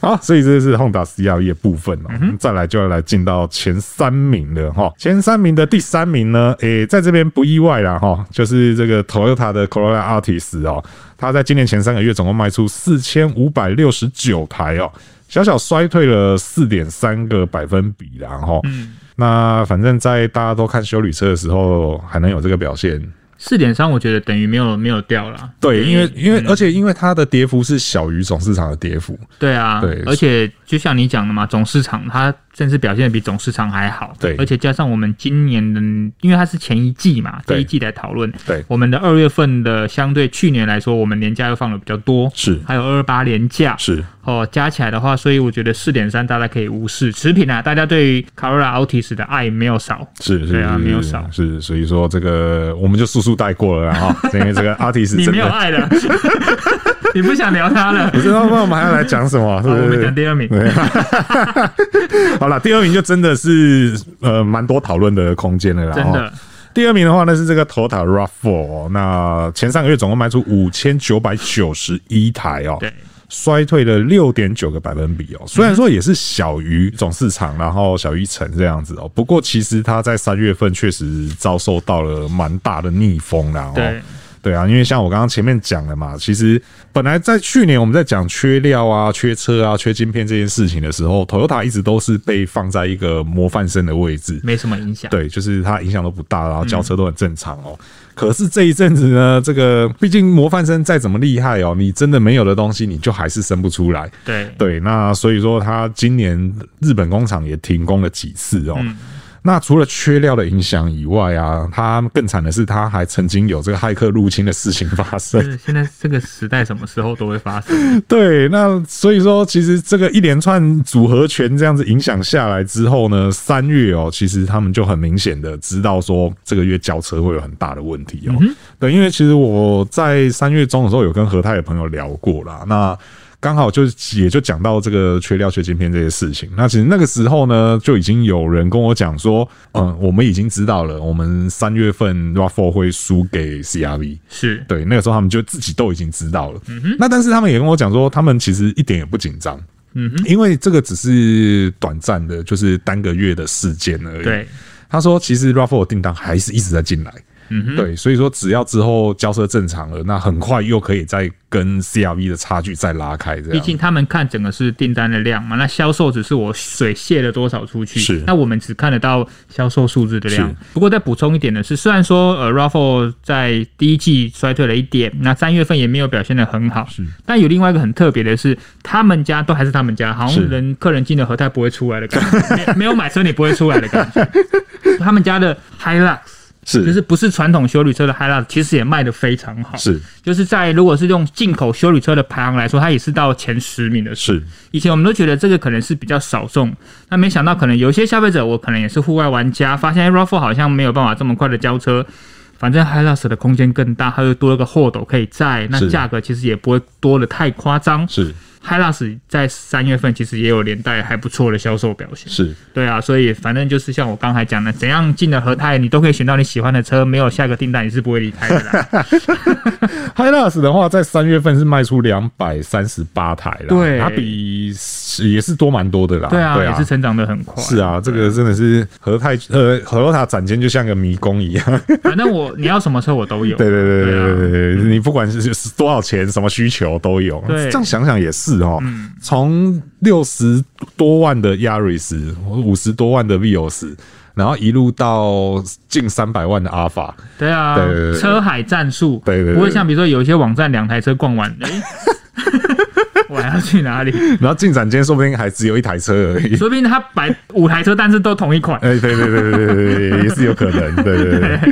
Speaker 1: 好，所以这是 Honda CRV 的部分哦。再来就要来进到前三名了哈，前三名的第三名呢，诶、在这边不意外啦哈，就是这个 Toyota 的 Corolla Altis 哦，它在今年前三个月总共卖出四千五百六十九台哦。小小衰退了四点三个百分比啦，哈、那反正在大家都看修理车的时候，还能有这个表现，
Speaker 2: 四点三，我觉得等于没有没有掉啦。
Speaker 1: 对，因为因为、而且因为它的跌幅是小于总市场的跌幅，
Speaker 2: 对啊，
Speaker 1: 对
Speaker 2: 而且就像你讲的嘛，总市场它甚至表现的比总市场还好。
Speaker 1: 对
Speaker 2: 而且加上我们今年的，因为它是前一季嘛，
Speaker 1: 对
Speaker 2: 第一季来讨论。
Speaker 1: 对
Speaker 2: 我们的二月份的相对去年来说，我们年假又放的比较多，
Speaker 1: 是
Speaker 2: 还有二二八年假
Speaker 1: 是
Speaker 2: 哦，加起来的话，所以我觉得四点三大家可以无视持平啊，大家对于卡罗拉 Altis 的爱没有少。
Speaker 1: 是是
Speaker 2: 对啊
Speaker 1: 是
Speaker 2: 没有少
Speaker 1: 是，所以说这个我们就速速带过了啊， 因为这个 artist
Speaker 2: 你
Speaker 1: 真
Speaker 2: 没有啊
Speaker 1: 的。
Speaker 2: 爱了，你不想聊它了。
Speaker 1: 不知道，那我们还要来讲什么？是
Speaker 2: 好，我
Speaker 1: 不
Speaker 2: 们
Speaker 1: 是
Speaker 2: 讲？第二名。
Speaker 1: 好了，第二名就真的是呃，蛮多讨论的空间了啦。
Speaker 2: 真的
Speaker 1: 哦。第二名的话呢是这个 Toyota RAV4，哦那前三个月总共卖出五千九百九十一台哦，
Speaker 2: 对，
Speaker 1: 衰退了六点九个百分比哦。虽然说也是小于总市场，然后小于一成这样子哦，不过其实它在三月份确实遭受到了蛮大的逆风啦。哦
Speaker 2: 对，
Speaker 1: 对啊，因为像我刚刚前面讲了嘛，其实本来在去年我们在讲缺料啊、缺车啊、缺晶片这件事情的时候，Toyota 一直都是被放在一个模范生的位置。
Speaker 2: 没什么影响。
Speaker 1: 对，就是它影响都不大，然后交车都很正常哦。可是这一阵子呢，这个毕竟模范生再怎么厉害哦，你真的没有的东西，你就还是生不出来。
Speaker 2: 对
Speaker 1: 对，那所以说它今年日本工厂也停工了几次哦。那除了缺料的影响以外啊，它更惨的是，它还曾经有这个骇客入侵的事情发生。
Speaker 2: 就是现在这个时代，什么时候都会发生。
Speaker 1: 对，那所以说，其实这个一连串组合拳这样子影响下来之后呢，三月哦，其实他们就很明显的知道说这个月交车会有很大的问题哦。对，因为其实我在三月中的时候有跟和泰的朋友聊过啦，那。刚好就也就讲到这个缺料、缺晶片这些事情。那其实那个时候呢，就已经有人跟我讲说，嗯，我们已经知道了，我们三月份 RAV4 会输给 CRV。
Speaker 2: 是，
Speaker 1: 对，那个时候他们就自己都已经知道了。
Speaker 2: 嗯
Speaker 1: 那但是他们也跟我讲说，他们其实一点也不紧张。嗯因为这个只是短暂的，就是单个月的事件而已。
Speaker 2: 对，
Speaker 1: 他说其实 RAV4 订单还是一直在进来。嗯对，所以说只要之后交车正常了，那很快又可以再跟 CRV 的差距再拉开，这
Speaker 2: 毕
Speaker 1: 样。
Speaker 2: 竟他们看整个是订单的量嘛，那销售只是我水泄了多少出去，
Speaker 1: 是
Speaker 2: 那我们只看得到销售数字的量
Speaker 1: 是。
Speaker 2: 不过再补充一点的是，虽然说呃 Raffle 在第一季衰退了一点，那三月份也没有表现得很好，但有另外一个很特别的是，他们家都还是他们家，好像
Speaker 1: 是
Speaker 2: 人客人进了和泰 不会出来的感觉，没没有买车你不会出来的感觉。他们家的 Hilux。
Speaker 1: 是
Speaker 2: 就是不是传统修理车的 Hilux，其实也卖得非常好。
Speaker 1: 是
Speaker 2: 就是在如果是用进口修理车的排行来说，它也是到前十名的事。
Speaker 1: 是
Speaker 2: 以前我们都觉得这个可能是比较少众，那没想到可能有一些消费者，我可能也是户外玩家，发现哎 RAV4 好像没有办法这么快的交车，反正 Hilux 的空间更大，它又多了个后斗可以载，那
Speaker 1: 是
Speaker 2: 价格其实也不会多的太夸张。
Speaker 1: 是
Speaker 2: Hilux 在三月份其实也有连带还不错的销售表现。
Speaker 1: 是
Speaker 2: 对啊，所以反正就是像我刚才讲的，怎样进了和泰，你都可以选到你喜欢的车，没有下个订单你是不会离开的 啦。
Speaker 1: ，Hilux 的话，在三月份是卖出两百三十八台啦，
Speaker 2: 对
Speaker 1: 它比也是多蛮多的啦，
Speaker 2: 对啊，也是成长的很快。
Speaker 1: 是啊，这个真的是和泰呃和洛塔展间就像个迷宫一样，
Speaker 2: 反正啊我你要什么车我都有。
Speaker 1: 对对对对
Speaker 2: 对啊
Speaker 1: 对对对，你不管是是多少钱，什么需求都有。
Speaker 2: 对嗯
Speaker 1: 这样想想也是哦。从六十多万的 Yaris，五十多万的 Vios，然后一路到近三百万的 Alpha，
Speaker 2: 对啊，
Speaker 1: 对对对
Speaker 2: 车海战术，
Speaker 1: 对对对
Speaker 2: 不会像比如说有一些网站两台车逛完，哎、 我还要去 哪里？
Speaker 1: 然后进展间说不定还只有一台车而已。
Speaker 2: 说不定他摆五台车，但是都同一款。
Speaker 1: 哎，对对对对对对对，也是有可能，对对对 对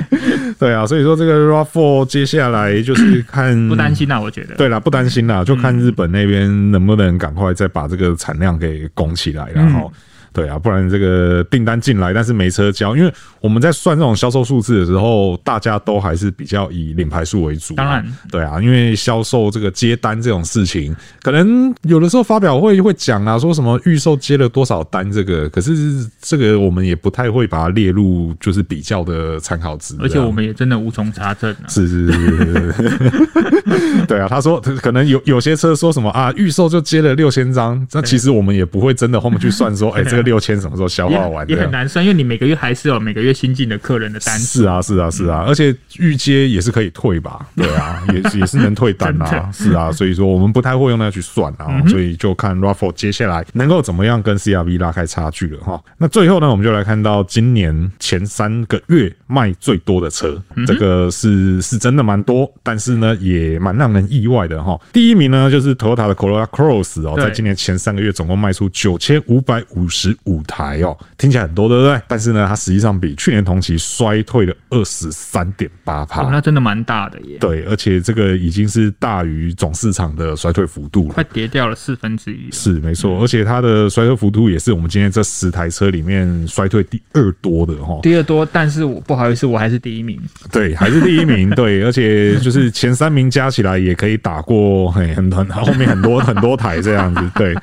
Speaker 1: 对啊，所以说这个 RAV4 接下来就是看
Speaker 2: 不担心啊，我觉得。
Speaker 1: 对啦，不担心
Speaker 2: 嗯
Speaker 1: 啦，就看日本那边能不能赶快再把这个产量给拱起来，
Speaker 2: 嗯
Speaker 1: 然后。对啊，不然这个订单进来，但是没车交，因为我们在算这种销售数字的时候，大家都还是比较以领牌数为主、
Speaker 2: 当然，
Speaker 1: 对啊，因为销售这个接单这种事情，可能有的时候发表会会讲啊，说什么预售接了多少单，这个可是这个我们也不太会把它列入就是比较的啊参考值，
Speaker 2: 而且
Speaker 1: 这样
Speaker 2: 我们也真的无从查证啊。
Speaker 1: 是是是是是， 对啊，他说可能有有些车说什么啊，预售就接了六千张，那其实我们也不会真的后面去算 说，哎、这个六千什么时候消
Speaker 2: 也
Speaker 1: 化完
Speaker 2: 也
Speaker 1: 这
Speaker 2: 很
Speaker 1: 样。
Speaker 2: 难算，因为你每个月还是有每个月新进的客人的单嗯子。
Speaker 1: 啊是啊，是啊，是啊，而且预接也是可以退吧？对 啊，也也是能退单
Speaker 2: 真
Speaker 1: 啊，
Speaker 2: 的嗯
Speaker 1: 是啊，所以说我们不太会用那去算啊，所以就看 Raffle 接下来能够怎么样跟 CRV 拉开差距了哈。那最后呢，我们就来看到今年前三个月卖最多的车，
Speaker 2: 嗯
Speaker 1: 这个是是真的蛮多，但是呢也蛮让人意外的哈。第一名呢就是 Toyota 的 Corolla Cross 哦，
Speaker 2: 对
Speaker 1: 在今年前三个月总共卖出九千五百五十五台哦，听起来很多对不对？但是呢，它实际上比去年同期衰退了二十三点八帕
Speaker 2: 哦，。那真的蛮大的耶，
Speaker 1: 对，而且这个已经是大于总市场的衰退幅度了
Speaker 2: 快。跌掉了四分之一了。
Speaker 1: 是没错，而且它的衰退幅度也是我们今天这十台车里面衰退第二多的哦哈。
Speaker 2: 第二多，但是我不好意思，我还是第一名。
Speaker 1: 对，还是第一名。对，而且就是前三名加起来也可以打过很很很后面很多很多台这样子。对，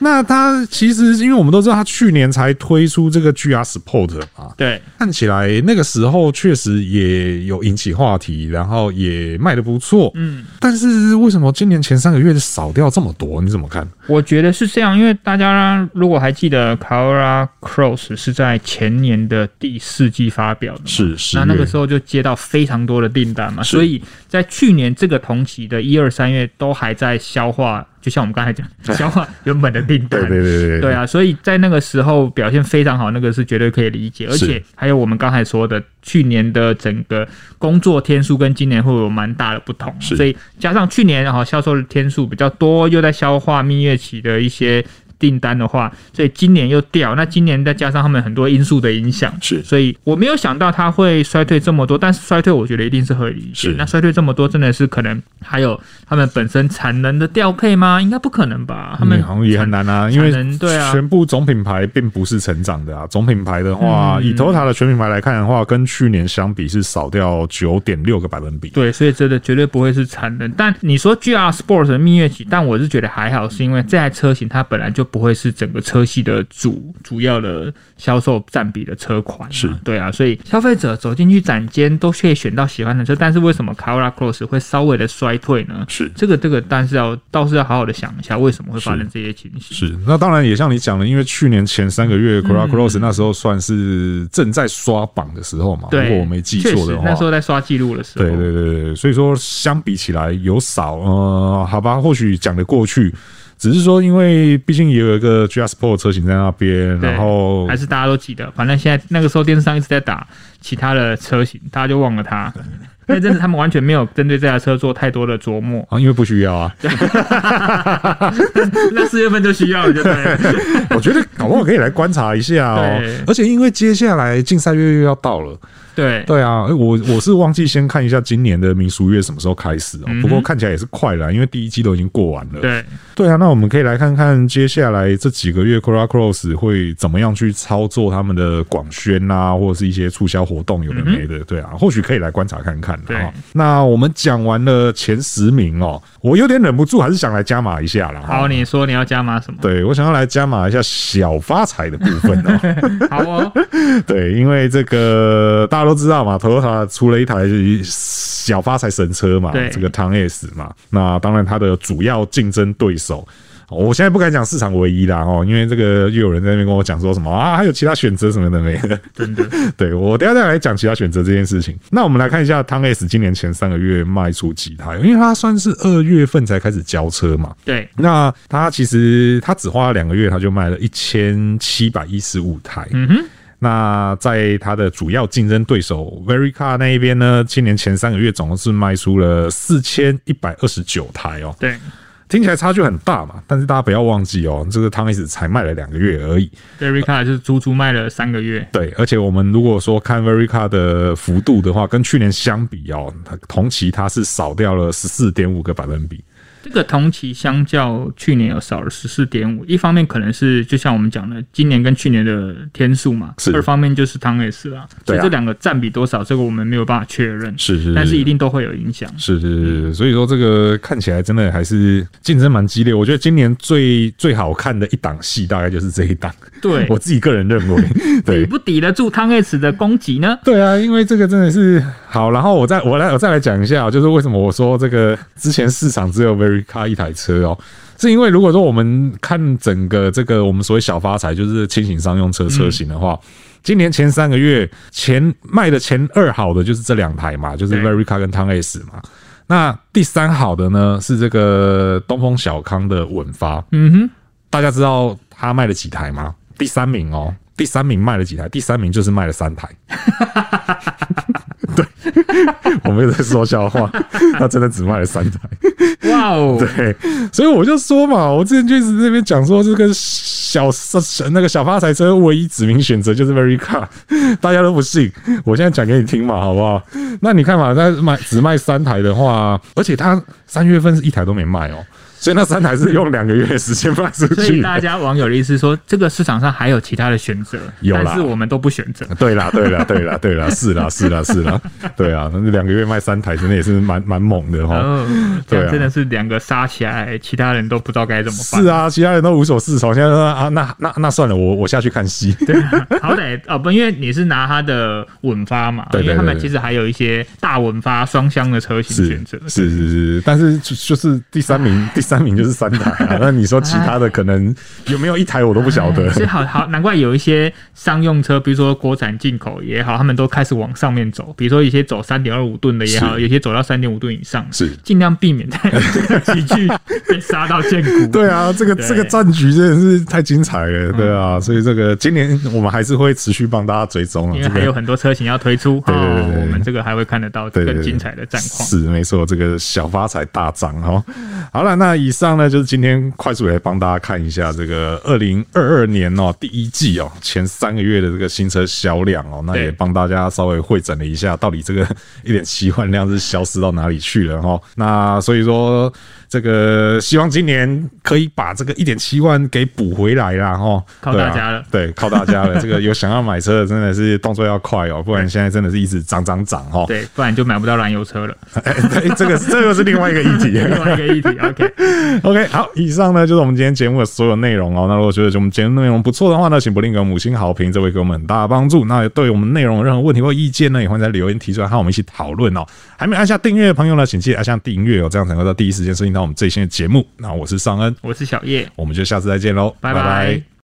Speaker 1: 那它其实因为我们都知道，它去年才推出这个 GR Sport 嘛，
Speaker 2: 对，
Speaker 1: 看起来那个时候确实也有引起话题，然后也卖的不错。嗯，但是为什么今年前三个月少掉这么多？你怎么看？
Speaker 2: 我觉得是这样，因为大家如果还记得 c a r a Cross 是在前年的第四季发表的嘛，
Speaker 1: 是是
Speaker 2: 那那个时候就接到非常多的订单嘛，所以在去年这个同期的一二三月都还在消化，就像我们刚 才讲，消化原本的订单。
Speaker 1: 对对对对
Speaker 2: 对啊，所以在那个时候表现非常好，那个是绝对可以理解。而
Speaker 1: 是
Speaker 2: 且还有我们刚才说的，去年的整个工作天数跟今年会有蛮大的不同，
Speaker 1: 是
Speaker 2: 所以加上去年哈、销售的天数比较多，又在消化蜜月期的一些。订单的话，所以今年又掉。那今年再加上他们很多因素的影响，
Speaker 1: 是
Speaker 2: 所以我没有想到它会衰退这么多，但是衰退我觉得一定是合理一
Speaker 1: 是
Speaker 2: 些。那衰退这么多，真的是可能还有他们本身产能的调配吗？应该不可能吧？他们
Speaker 1: 嗯好像也很难啊，因为
Speaker 2: 产能对啊
Speaker 1: 全部总品牌并不是成长的啊。总品牌的
Speaker 2: 嗯
Speaker 1: 话，以 Toyota 的全品牌来看的话，跟去年相比是少掉九点六个百分比。
Speaker 2: 对，所以真的绝对不会是产能。但你说 GR Sport 的蜜月期，但我是觉得还好，是因为这台车型它本来就不会是整个车系的主主要的销售占比的车款、
Speaker 1: 是，
Speaker 2: 对啊，所以消费者走进去展间都可以选到喜欢的车，但是为什么 c a r a Cross 会稍微的衰退呢？
Speaker 1: 是
Speaker 2: 这个这个，但是要倒是要好好的想一下，为什么会发生这些情形？
Speaker 1: 是，那当然也像你讲的，因为去年前三个月 c o r a
Speaker 2: 嗯
Speaker 1: Cross 那时候算是正在刷榜的时候嘛，哦如
Speaker 2: 对，
Speaker 1: 果我没记错
Speaker 2: 确
Speaker 1: 的
Speaker 2: 实
Speaker 1: 话，
Speaker 2: 那时候在刷记录的时候，
Speaker 1: 对对对对，所以说相比起来有少，呃，好吧，或许讲得过去，只是说因为毕竟也有一个 GR Sport 车型在那边，
Speaker 2: 对
Speaker 1: 然后，
Speaker 2: 还是大家都记得，反正现在那个时候电视上一直在打其他的车型，大家就忘了它。那阵子他们完全没有针对这台车做太多的琢磨
Speaker 1: 啊，因为不需要啊，
Speaker 2: 那四月份就需要了，就 对了。
Speaker 1: 我觉得搞不好可以来观察一下哦
Speaker 2: 对。
Speaker 1: 而且因为接下来竞赛月又要到了，
Speaker 2: 对，
Speaker 1: 对啊，诶我我是忘记先看一下今年的民俗月什么时候开始哦、
Speaker 2: 嗯哼
Speaker 1: 不过看起来也是快了，啊因为第一季都已经过完了。
Speaker 2: 对，
Speaker 1: 对啊，那我们可以来看看接下来这几个月 c o r a Cross 会怎么样去操作他们的广宣啊，或者是一些促销活动，有的没的，对啊，或许可以来观察看看啊。
Speaker 2: 嗯对
Speaker 1: 哈那我们讲完了前十名哦，我有点忍不住还是想来加码一下啦。哈
Speaker 2: 好，你说你要加码什么？
Speaker 1: 对，我想要来加码一下小发财的部分哦。
Speaker 2: 好哦，
Speaker 1: 对，因为这个大家都知道嘛，Toyota 出了一台小发财神车嘛
Speaker 2: 对，
Speaker 1: 这个唐 S 嘛，那当然它的主要竞争对手。哦我现在不敢讲市场唯一啦哦，因为这个又有人在那边跟我讲说什么啊，还有其他选择什么的没的。
Speaker 2: 真的，
Speaker 1: 对我等一下再来讲其他选择这件事情。那我们来看一下汤 S 今年前三个月卖出几台，因为它算是二月份才开始交车嘛，
Speaker 2: 对，
Speaker 1: 那他其实他只花了两个月，他就卖了一千七百一十五台。嗯
Speaker 2: 哼。
Speaker 1: 那在他的主要竞争对手 Verica 那一边呢，今年前三个月总共是卖出了四千一百二十九台哦，
Speaker 2: 对，
Speaker 1: 听起来差距很大嘛。但是大家不要忘记哦，这个汤 S 才卖了两个月而已。
Speaker 2: 对 r i c a 是足足卖了三个月，
Speaker 1: 对，而且我们如果说看 Verica 的幅度的话，跟去年相比哦，它同期它是少掉了十四点五个百分比。
Speaker 2: 这个同期相较去年有少了十四点五，一方面可能是就像我们讲的，今年跟去年的天数嘛
Speaker 1: 是；
Speaker 2: 二方面就是汤 S 啦，所
Speaker 1: 对
Speaker 2: 以
Speaker 1: 啊
Speaker 2: 这两个占比多少，这个我们没有办法确认，
Speaker 1: 是是是
Speaker 2: 但是一定都会有影响。
Speaker 1: 是是是是，所以说这个看起来真的还是竞争蛮激烈。我觉得今年最最好看的一档戏，大概就是这一档。
Speaker 2: 对
Speaker 1: 我自己个人认为，
Speaker 2: 抵
Speaker 1: 对
Speaker 2: 不抵得住汤 S 的攻击 呢？
Speaker 1: 对啊，因为这个真的是好。然后我再我来我再来讲一下哦，就是为什么我说这个之前市场只有 Verica 一台车哦。是因为如果说我们看整个这个我们所谓小发财，就是轻型商用车车型的话，
Speaker 2: 嗯
Speaker 1: 今年前三个月前卖的前二好的就是这两台嘛，就是
Speaker 2: 对
Speaker 1: Verica 跟 t o n S 嘛。那第三好的呢是这个东风小康的稳发，
Speaker 2: 嗯哼，
Speaker 1: 大家知道他卖了几台吗？第三名哦，第三名卖了几台？第三名就是卖了三台。对， 我没有在说笑话，他真的只卖了三台。
Speaker 2: 哇哦，
Speaker 1: 对，所以我就说嘛，我之前就一直在那边讲说，这个小小那个小发财车唯一指名选择就是 Verica，大 家都不信，我现在讲给你听嘛，好不好？那你看嘛，那卖只卖三台的话，而且他三月份是一台都没卖哦，所以那三台是用两个月的时间卖出去的。
Speaker 2: 所以大家网友的意思是说，这个市场上还有其他的选择，
Speaker 1: 有啦
Speaker 2: 但是我们都不选择。
Speaker 1: 对啊啦，对啦，对啦，对啦，是啦，是啦，是啦，对啊，那两个月卖三台，真的也是蛮蛮猛的哈。
Speaker 2: 哦，这
Speaker 1: 对啊
Speaker 2: 样真的是两个杀起来，其他人都不知道该怎么办。
Speaker 1: 是啊，其他人都无所适从。现在说啊，那那那算了，我我下去看戏。
Speaker 2: 对啊， 好歹啊不，因为你是拿它的稳发嘛，
Speaker 1: 对对对
Speaker 2: 因为他们
Speaker 1: 对
Speaker 2: 其实还有一些大稳发双箱的车型
Speaker 1: 是
Speaker 2: 选择。啊
Speaker 1: 是是是，但是就就是第三名，第三名就是三台 啊。那你说其他的可能有没有一台我都不晓得。
Speaker 2: 所以好好，难怪有一些商用车，比如说国产进口也好，他们都开始往上面走，比如说一些走三点二五吨的也好，
Speaker 1: 是
Speaker 2: 有些走到三点五吨以上，
Speaker 1: 是
Speaker 2: 尽量避免在这个集聚被杀到见骨。
Speaker 1: 对啊，这个
Speaker 2: 对嗯
Speaker 1: 这个战局真的是太精彩了，对啊，所以这个今年我们还是会持续帮大家追踪啊，
Speaker 2: 因为
Speaker 1: 这
Speaker 2: 还
Speaker 1: 个
Speaker 2: 有很多车型要推出，
Speaker 1: 对对对对
Speaker 2: 哦
Speaker 1: 对
Speaker 2: 我们这个还会看得到
Speaker 1: 对对
Speaker 2: 更
Speaker 1: 对
Speaker 2: 精彩的战况。
Speaker 1: 是没错，这个小发财大涨哦。好了，那以上呢就是今天快速来帮大家看一下这个二零二二年哦第一季哦前三个月的这个新车销量哦，那
Speaker 2: 对
Speaker 1: 也帮大家稍微会诊了一下，到底这个一点七万辆是消失到哪里去了哦。那所以说这个希望今年可以把这个一点七万给补回来啦哦，
Speaker 2: 靠
Speaker 1: 对啊
Speaker 2: 大家了
Speaker 1: 对，靠大家了。这个有想要买车的真的是动作要快哦，不然现在真的是一直涨涨涨哦。
Speaker 2: 对，不然就买不到燃 油车了。
Speaker 1: 哎，对，这个这又是另外一个议 题。
Speaker 2: 另外一个议题，OK，
Speaker 1: OK，好，以上呢就是我们今天节目的所有内容哦。那如果觉得我们节目内容不错的话呢，请不吝给我们五星好评，这会给我们很大的帮助。那对我们内容有任何问题或意见呢，也欢迎在留言提出来，和我们一起讨论哦。还没按下订阅的朋友呢，请记得按下订阅哦，这样才能够在第一时间收听到我们最新的节目。那我是尚恩，
Speaker 2: 我是小叶，
Speaker 1: 我们就下次再见喽，
Speaker 2: 拜拜